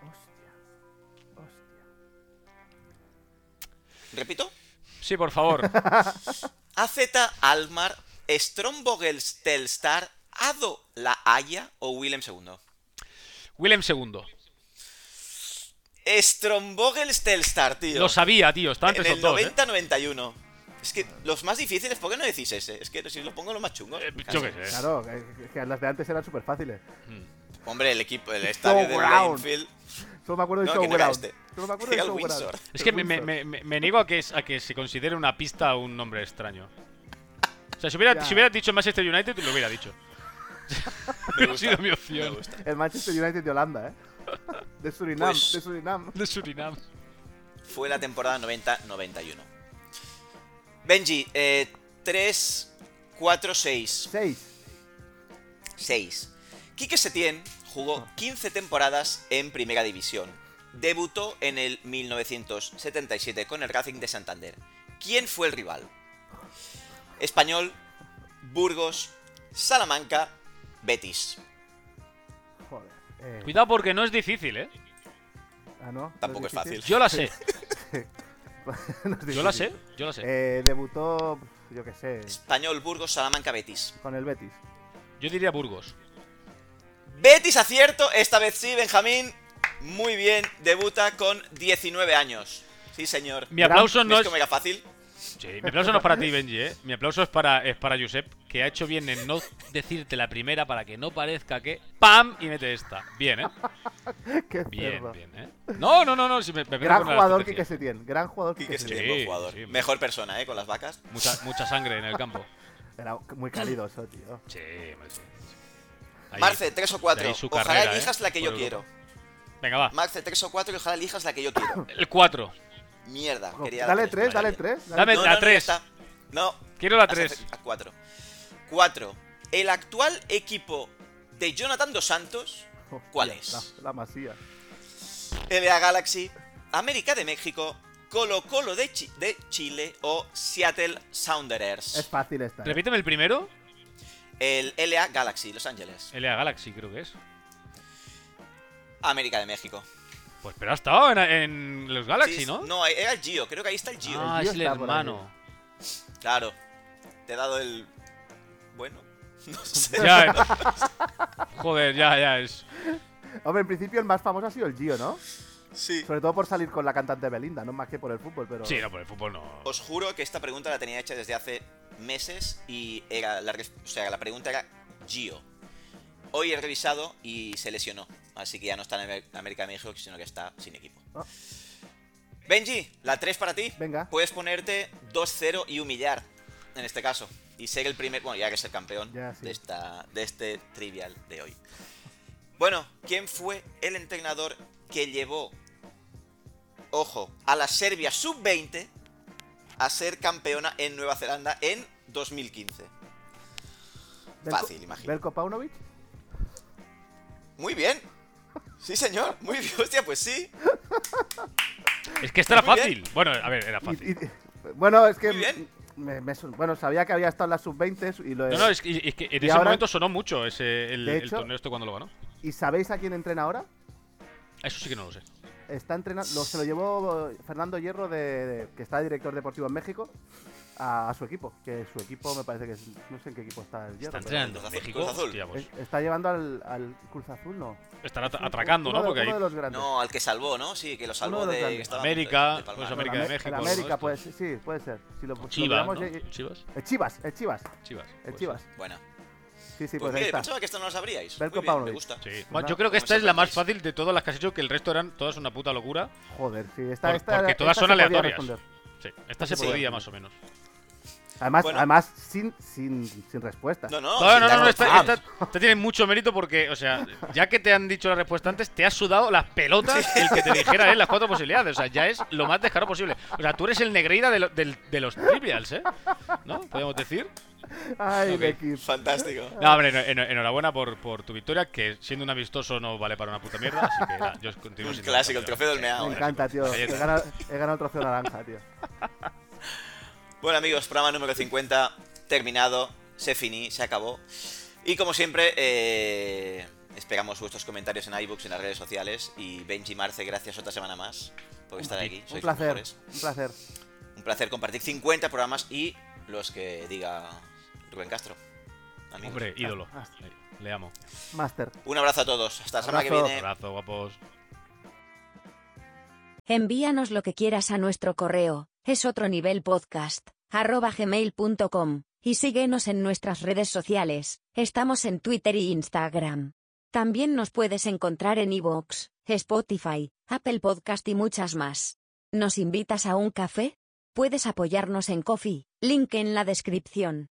Speaker 4: Hostia.
Speaker 1: Repito.
Speaker 3: Sí, por
Speaker 4: [laughs]
Speaker 3: favor.
Speaker 1: AZ Alkmaar, Strombogels Telstar, Ado La Haya o Willem II.
Speaker 3: Willem II.
Speaker 1: Strombogels Telstar, tío.
Speaker 3: Lo sabía, tío. Estaba
Speaker 1: en
Speaker 3: entre esos
Speaker 1: el
Speaker 3: dos. ¿eh?
Speaker 1: 90-91. Es que los más difíciles, ¿por qué no decís ese? Es que si los pongo los más chungos.
Speaker 3: Eh,
Speaker 1: casi.
Speaker 3: Yo qué sé.
Speaker 4: Claro, que, que las de antes eran súper fáciles.
Speaker 1: Hombre, el equipo, el estadio de
Speaker 4: Showground.
Speaker 1: Linfield.
Speaker 4: Solo me acuerdo de
Speaker 1: No, que no
Speaker 4: Showground.
Speaker 1: era este.
Speaker 4: Solo me acuerdo
Speaker 1: Era
Speaker 4: de
Speaker 1: el
Speaker 4: Showground.
Speaker 1: Windsor.
Speaker 3: Es que me, me-
Speaker 4: Windsor.
Speaker 3: me- me niego a que, es- a que se considere una pista un nombre extraño. O sea, si hubiera,
Speaker 4: Ya.
Speaker 3: si hubiera dicho Manchester United, lo
Speaker 1: [laughs]
Speaker 3: hubiera dicho.
Speaker 1: Me
Speaker 3: Hubiera
Speaker 1: gusta,
Speaker 3: sido mi
Speaker 1: me
Speaker 3: opción.
Speaker 1: gusta.
Speaker 4: El Manchester United de Holanda, ¿eh? De Surinam,
Speaker 1: Pues-
Speaker 4: de Surinam.
Speaker 3: De Surinam.
Speaker 1: Fue la temporada 90-91. Benji, eh, 3, 4, 6.
Speaker 4: Seis.
Speaker 1: 6. Quique Setién
Speaker 3: Ah.
Speaker 1: jugó 15 temporadas en Primera División. Debutó en el 1977 con el Racing de Santander. ¿Quién fue el rival? Español, Burgos, Salamanca, Betis.
Speaker 4: Joder. Eh,
Speaker 3: Cuidado porque no es difícil, ¿eh?
Speaker 4: a Ah, ¿no? ¿No
Speaker 1: Tampoco es fácil.
Speaker 3: Yo la sé,
Speaker 4: [laughs] No es
Speaker 3: yo la
Speaker 4: difícil.
Speaker 3: sé, yo la sé.
Speaker 4: Eh, debutó, yo qué sé,
Speaker 1: Español, Burgos, Salamanca, Betis.
Speaker 4: con el Betis. [laughs]
Speaker 3: Yo diría Burgos.
Speaker 1: Betis acierto, esta vez sí, Benjamín. Muy bien, debuta con 19 años. Sí, señor.
Speaker 3: Mi aplauso
Speaker 1: ¿Ves
Speaker 3: no es.
Speaker 1: cómo era fácil?
Speaker 3: Sí, mi aplauso no es para ti, Benji, ¿eh? Mi aplauso es para, es para Josep, que ha hecho bien en no decirte la primera para que no parezca que. ¡Pam! Y mete esta. Bien,
Speaker 4: [laughs]
Speaker 3: ¿eh?
Speaker 4: Qué
Speaker 3: Bien,
Speaker 4: cerdo.
Speaker 3: bien, ¿eh? No, no, no, no. Si me, me pego
Speaker 4: Gran
Speaker 3: con la
Speaker 4: jugador que
Speaker 3: estrategia.
Speaker 4: Setién, gran jugador Quique
Speaker 1: Quique
Speaker 4: Setién.
Speaker 1: Setién,
Speaker 3: [laughs] Sí,
Speaker 1: buen jugador.
Speaker 3: sí.
Speaker 1: Mejor persona, ¿eh? Con las vacas.
Speaker 3: Mucha, mucha sangre en el campo.
Speaker 4: Era muy calidoso, tío.
Speaker 3: Sí, macho. Ahí.
Speaker 1: Marce, 3 o 4.
Speaker 3: de ahí su
Speaker 1: Ojalá
Speaker 3: carrera,
Speaker 1: elijas
Speaker 3: ¿eh?
Speaker 1: la que yo
Speaker 3: Por Ah.
Speaker 1: quiero.
Speaker 3: Europa. Venga, va.
Speaker 1: Marce, 3 o 4 y ojalá elijas la que yo
Speaker 4: [laughs]
Speaker 1: quiero.
Speaker 3: El 4.
Speaker 1: Mierda, quería la
Speaker 4: Dale tres, dale
Speaker 1: vale.
Speaker 4: tres. dale
Speaker 3: Dame
Speaker 1: No, no,
Speaker 3: la
Speaker 1: no,
Speaker 3: 3.
Speaker 1: está. No,
Speaker 3: Quiero la
Speaker 1: has
Speaker 3: 3.
Speaker 1: acer- A 4. 4. El actual equipo de Jonathan Dos Santos,
Speaker 4: tres.
Speaker 1: ¿cuál
Speaker 4: Hostia,
Speaker 1: es?
Speaker 4: La, la masía.
Speaker 1: NBA Galaxy, América de México, Colo Colo de, Chi- de Chile o Seattle
Speaker 4: Es
Speaker 1: Sounders.
Speaker 4: fácil esta. ¿eh?
Speaker 3: Repíteme el primero.
Speaker 1: El LA Galaxy, Los Ángeles.
Speaker 3: LA Galaxy, creo que es.
Speaker 1: América de México.
Speaker 3: Pues, pero ha estado en, en los Galaxy,
Speaker 1: Sí,
Speaker 3: ¿no?
Speaker 1: No, era el Gio, creo que ahí está el Gio.
Speaker 3: Ah,
Speaker 4: El Gio
Speaker 3: es el
Speaker 4: está por
Speaker 1: [laughs]
Speaker 3: hermano.
Speaker 1: Claro. Te he dado el. Bueno, [laughs] no sé.
Speaker 3: Ya, eh. Joder, ya, ya. Es...
Speaker 4: ¿eh? Hombre, en principio el más famoso ha sido el Gio, ¿no?
Speaker 1: Sí.
Speaker 4: Sobre todo por salir con la cantante Belinda, no más que por el fútbol, pero.
Speaker 3: Sí, no, por el fútbol no.
Speaker 1: Os juro que esta pregunta la tenía hecha desde hace meses y era la, res- o sea, la pregunta era Gio. Hoy he revisado y se lesionó, así que ya no está en Amer- América de México, sino que está sin equipo.
Speaker 4: Ah.
Speaker 1: Benji, la 3 para ti.
Speaker 4: Venga.
Speaker 1: Puedes ponerte 2-0 y humillar, en este caso. Y ser el primer, bueno, ya que es el campeón
Speaker 4: Ya, sí.
Speaker 1: de, esta, de este trivial de hoy. Bueno, ¿quién fue el entrenador que llevó, ojo, a la Serbia sub-20 a ser campeona en Nueva Zelanda en 2015?
Speaker 4: Belko-
Speaker 1: fácil, imagino.
Speaker 4: Belko Paunovic.
Speaker 1: Muy bien. Sí, señor. Muy bien. [laughs] Hostia, pues sí.
Speaker 3: Es que esta era
Speaker 1: Muy bien.
Speaker 3: fácil. Bueno, a ver, era fácil.
Speaker 4: Y- y- bueno, es que.
Speaker 1: Muy bien.
Speaker 4: me- me su- bueno, sabía que había estado en las sub-20 y lo
Speaker 3: No, no, es que, es que en
Speaker 4: pues, y
Speaker 3: ese
Speaker 4: ahora-
Speaker 3: momento sonó mucho ese, el,
Speaker 4: De
Speaker 3: el
Speaker 4: hecho-
Speaker 3: torneo este cuando lo ganó.
Speaker 4: ¿Y sabéis a quién entrena ahora?
Speaker 3: Eso sí que no lo sé.
Speaker 4: Está entrenando. lo- se lo llevó eh, Fernando Hierro, de, de- que está de director deportivo en México, a, a su equipo. Que su equipo me parece que. es- no sé en qué equipo está el
Speaker 3: Está
Speaker 4: Hierro. pero-
Speaker 3: entrenando
Speaker 1: Cruz
Speaker 3: en
Speaker 1: Azul,
Speaker 3: México.
Speaker 1: Cruz Azul.
Speaker 3: Hostia, pues,
Speaker 4: Es- Está llevando al, al Cruz Azul, ¿no?
Speaker 3: estará
Speaker 4: Un-
Speaker 3: atra- atracando,
Speaker 4: uno
Speaker 3: ¿no?
Speaker 4: de-
Speaker 3: Porque ahí.
Speaker 4: uno de los grandes.
Speaker 1: No, al que salvó, ¿no? Sí, que lo salvó
Speaker 4: Uno de los
Speaker 1: de.
Speaker 4: grandes.
Speaker 1: que estaba a punto de-
Speaker 3: América,
Speaker 1: de palmar.
Speaker 3: pues
Speaker 4: Bueno,
Speaker 3: América de
Speaker 4: Amé-
Speaker 3: México.
Speaker 4: el
Speaker 3: ¿no?
Speaker 4: América,
Speaker 3: Esto.
Speaker 4: pues sí, puede ser. Si lo, si lo
Speaker 3: Chivas,
Speaker 4: miramos,
Speaker 3: ¿no? Pues
Speaker 4: eh, eh,
Speaker 3: Chivas.
Speaker 4: eh, Chivas, eh, Chivas.
Speaker 3: Chivas.
Speaker 4: eh,
Speaker 3: puede
Speaker 4: Chivas.
Speaker 1: Bueno.
Speaker 4: Sí, sí,
Speaker 1: Pues,
Speaker 4: pues, ahí
Speaker 1: mire,
Speaker 4: está.
Speaker 1: pensaba que esto no lo sabríais.
Speaker 4: Belko
Speaker 1: Muy bien, me
Speaker 4: Paunovic.
Speaker 1: gusta.
Speaker 3: ser. Sí.
Speaker 4: Pues nada,
Speaker 3: Yo creo que
Speaker 1: ¿cómo
Speaker 3: esta es la más
Speaker 1: sorprendéis?
Speaker 3: fácil de todas las que has hecho, que el resto eran todas una puta locura.
Speaker 4: Joder, sí, esta,
Speaker 3: Por-
Speaker 4: esta-
Speaker 3: porque todas
Speaker 4: esta
Speaker 3: son
Speaker 4: se podía
Speaker 3: aleatorias.
Speaker 4: responder.
Speaker 3: Sí, esta se
Speaker 4: Sí.
Speaker 3: podía más o menos.
Speaker 4: Además,
Speaker 1: Bueno.
Speaker 4: además sin, sin, sin respuesta.
Speaker 1: No, no,
Speaker 3: No,
Speaker 1: sin
Speaker 3: no,
Speaker 1: dar
Speaker 3: no, no, esta,
Speaker 1: opciones.
Speaker 3: esta, esta tiene mucho mérito porque, o sea, ya que te han dicho la respuesta antes, te ha sudado las pelotas el que te dijera eh, las cuatro posibilidades. O sea, ya es lo más descarado posible. O sea, tú eres el negreira de, lo- del- de los trivials, ¿eh? ¿No? Podemos decir.
Speaker 4: Ay,
Speaker 3: Ok.
Speaker 4: de equipo.
Speaker 1: Fantástico.
Speaker 3: No, hombre, eno- eno- enhorabuena por, por tu victoria, que siendo un amistoso no vale para una puta mierda, así que nada, yo continúo
Speaker 1: Un
Speaker 3: siendo
Speaker 1: clásico, el
Speaker 3: campeón.
Speaker 1: trofeo del meao.
Speaker 4: Me encanta, tío. He
Speaker 3: Galletas.
Speaker 4: ganado, he ganado el trofeo naranja, tío.
Speaker 1: Bueno amigos, programa número 50 terminado, se finí, se acabó. Y como siempre, eh, esperamos vuestros comentarios en iBooks, en las redes sociales. Y Benji Marce, gracias otra semana más por estar aquí. Sois
Speaker 4: Un
Speaker 1: los
Speaker 4: placer,
Speaker 1: mejores.
Speaker 4: un placer.
Speaker 1: Un placer compartir 50 programas y los que diga Rubén Castro. Amigos.
Speaker 3: Hombre, ídolo.
Speaker 4: Ah,
Speaker 3: Le amo.
Speaker 4: Master.
Speaker 1: Un abrazo a todos. Hasta la semana que
Speaker 4: Abrazo.
Speaker 1: viene.
Speaker 3: Abrazo, guapos.
Speaker 5: Envíanos lo que quieras a nuestro correo, es otro nivel podcast, arroba gmail.com, y síguenos en nuestras redes sociales, estamos en Twitter y Instagram. También nos puedes encontrar en iVoox, Spotify, Apple Podcast y muchas más. ¿Nos invitas a un café? Puedes apoyarnos en Coffee, link en la descripción.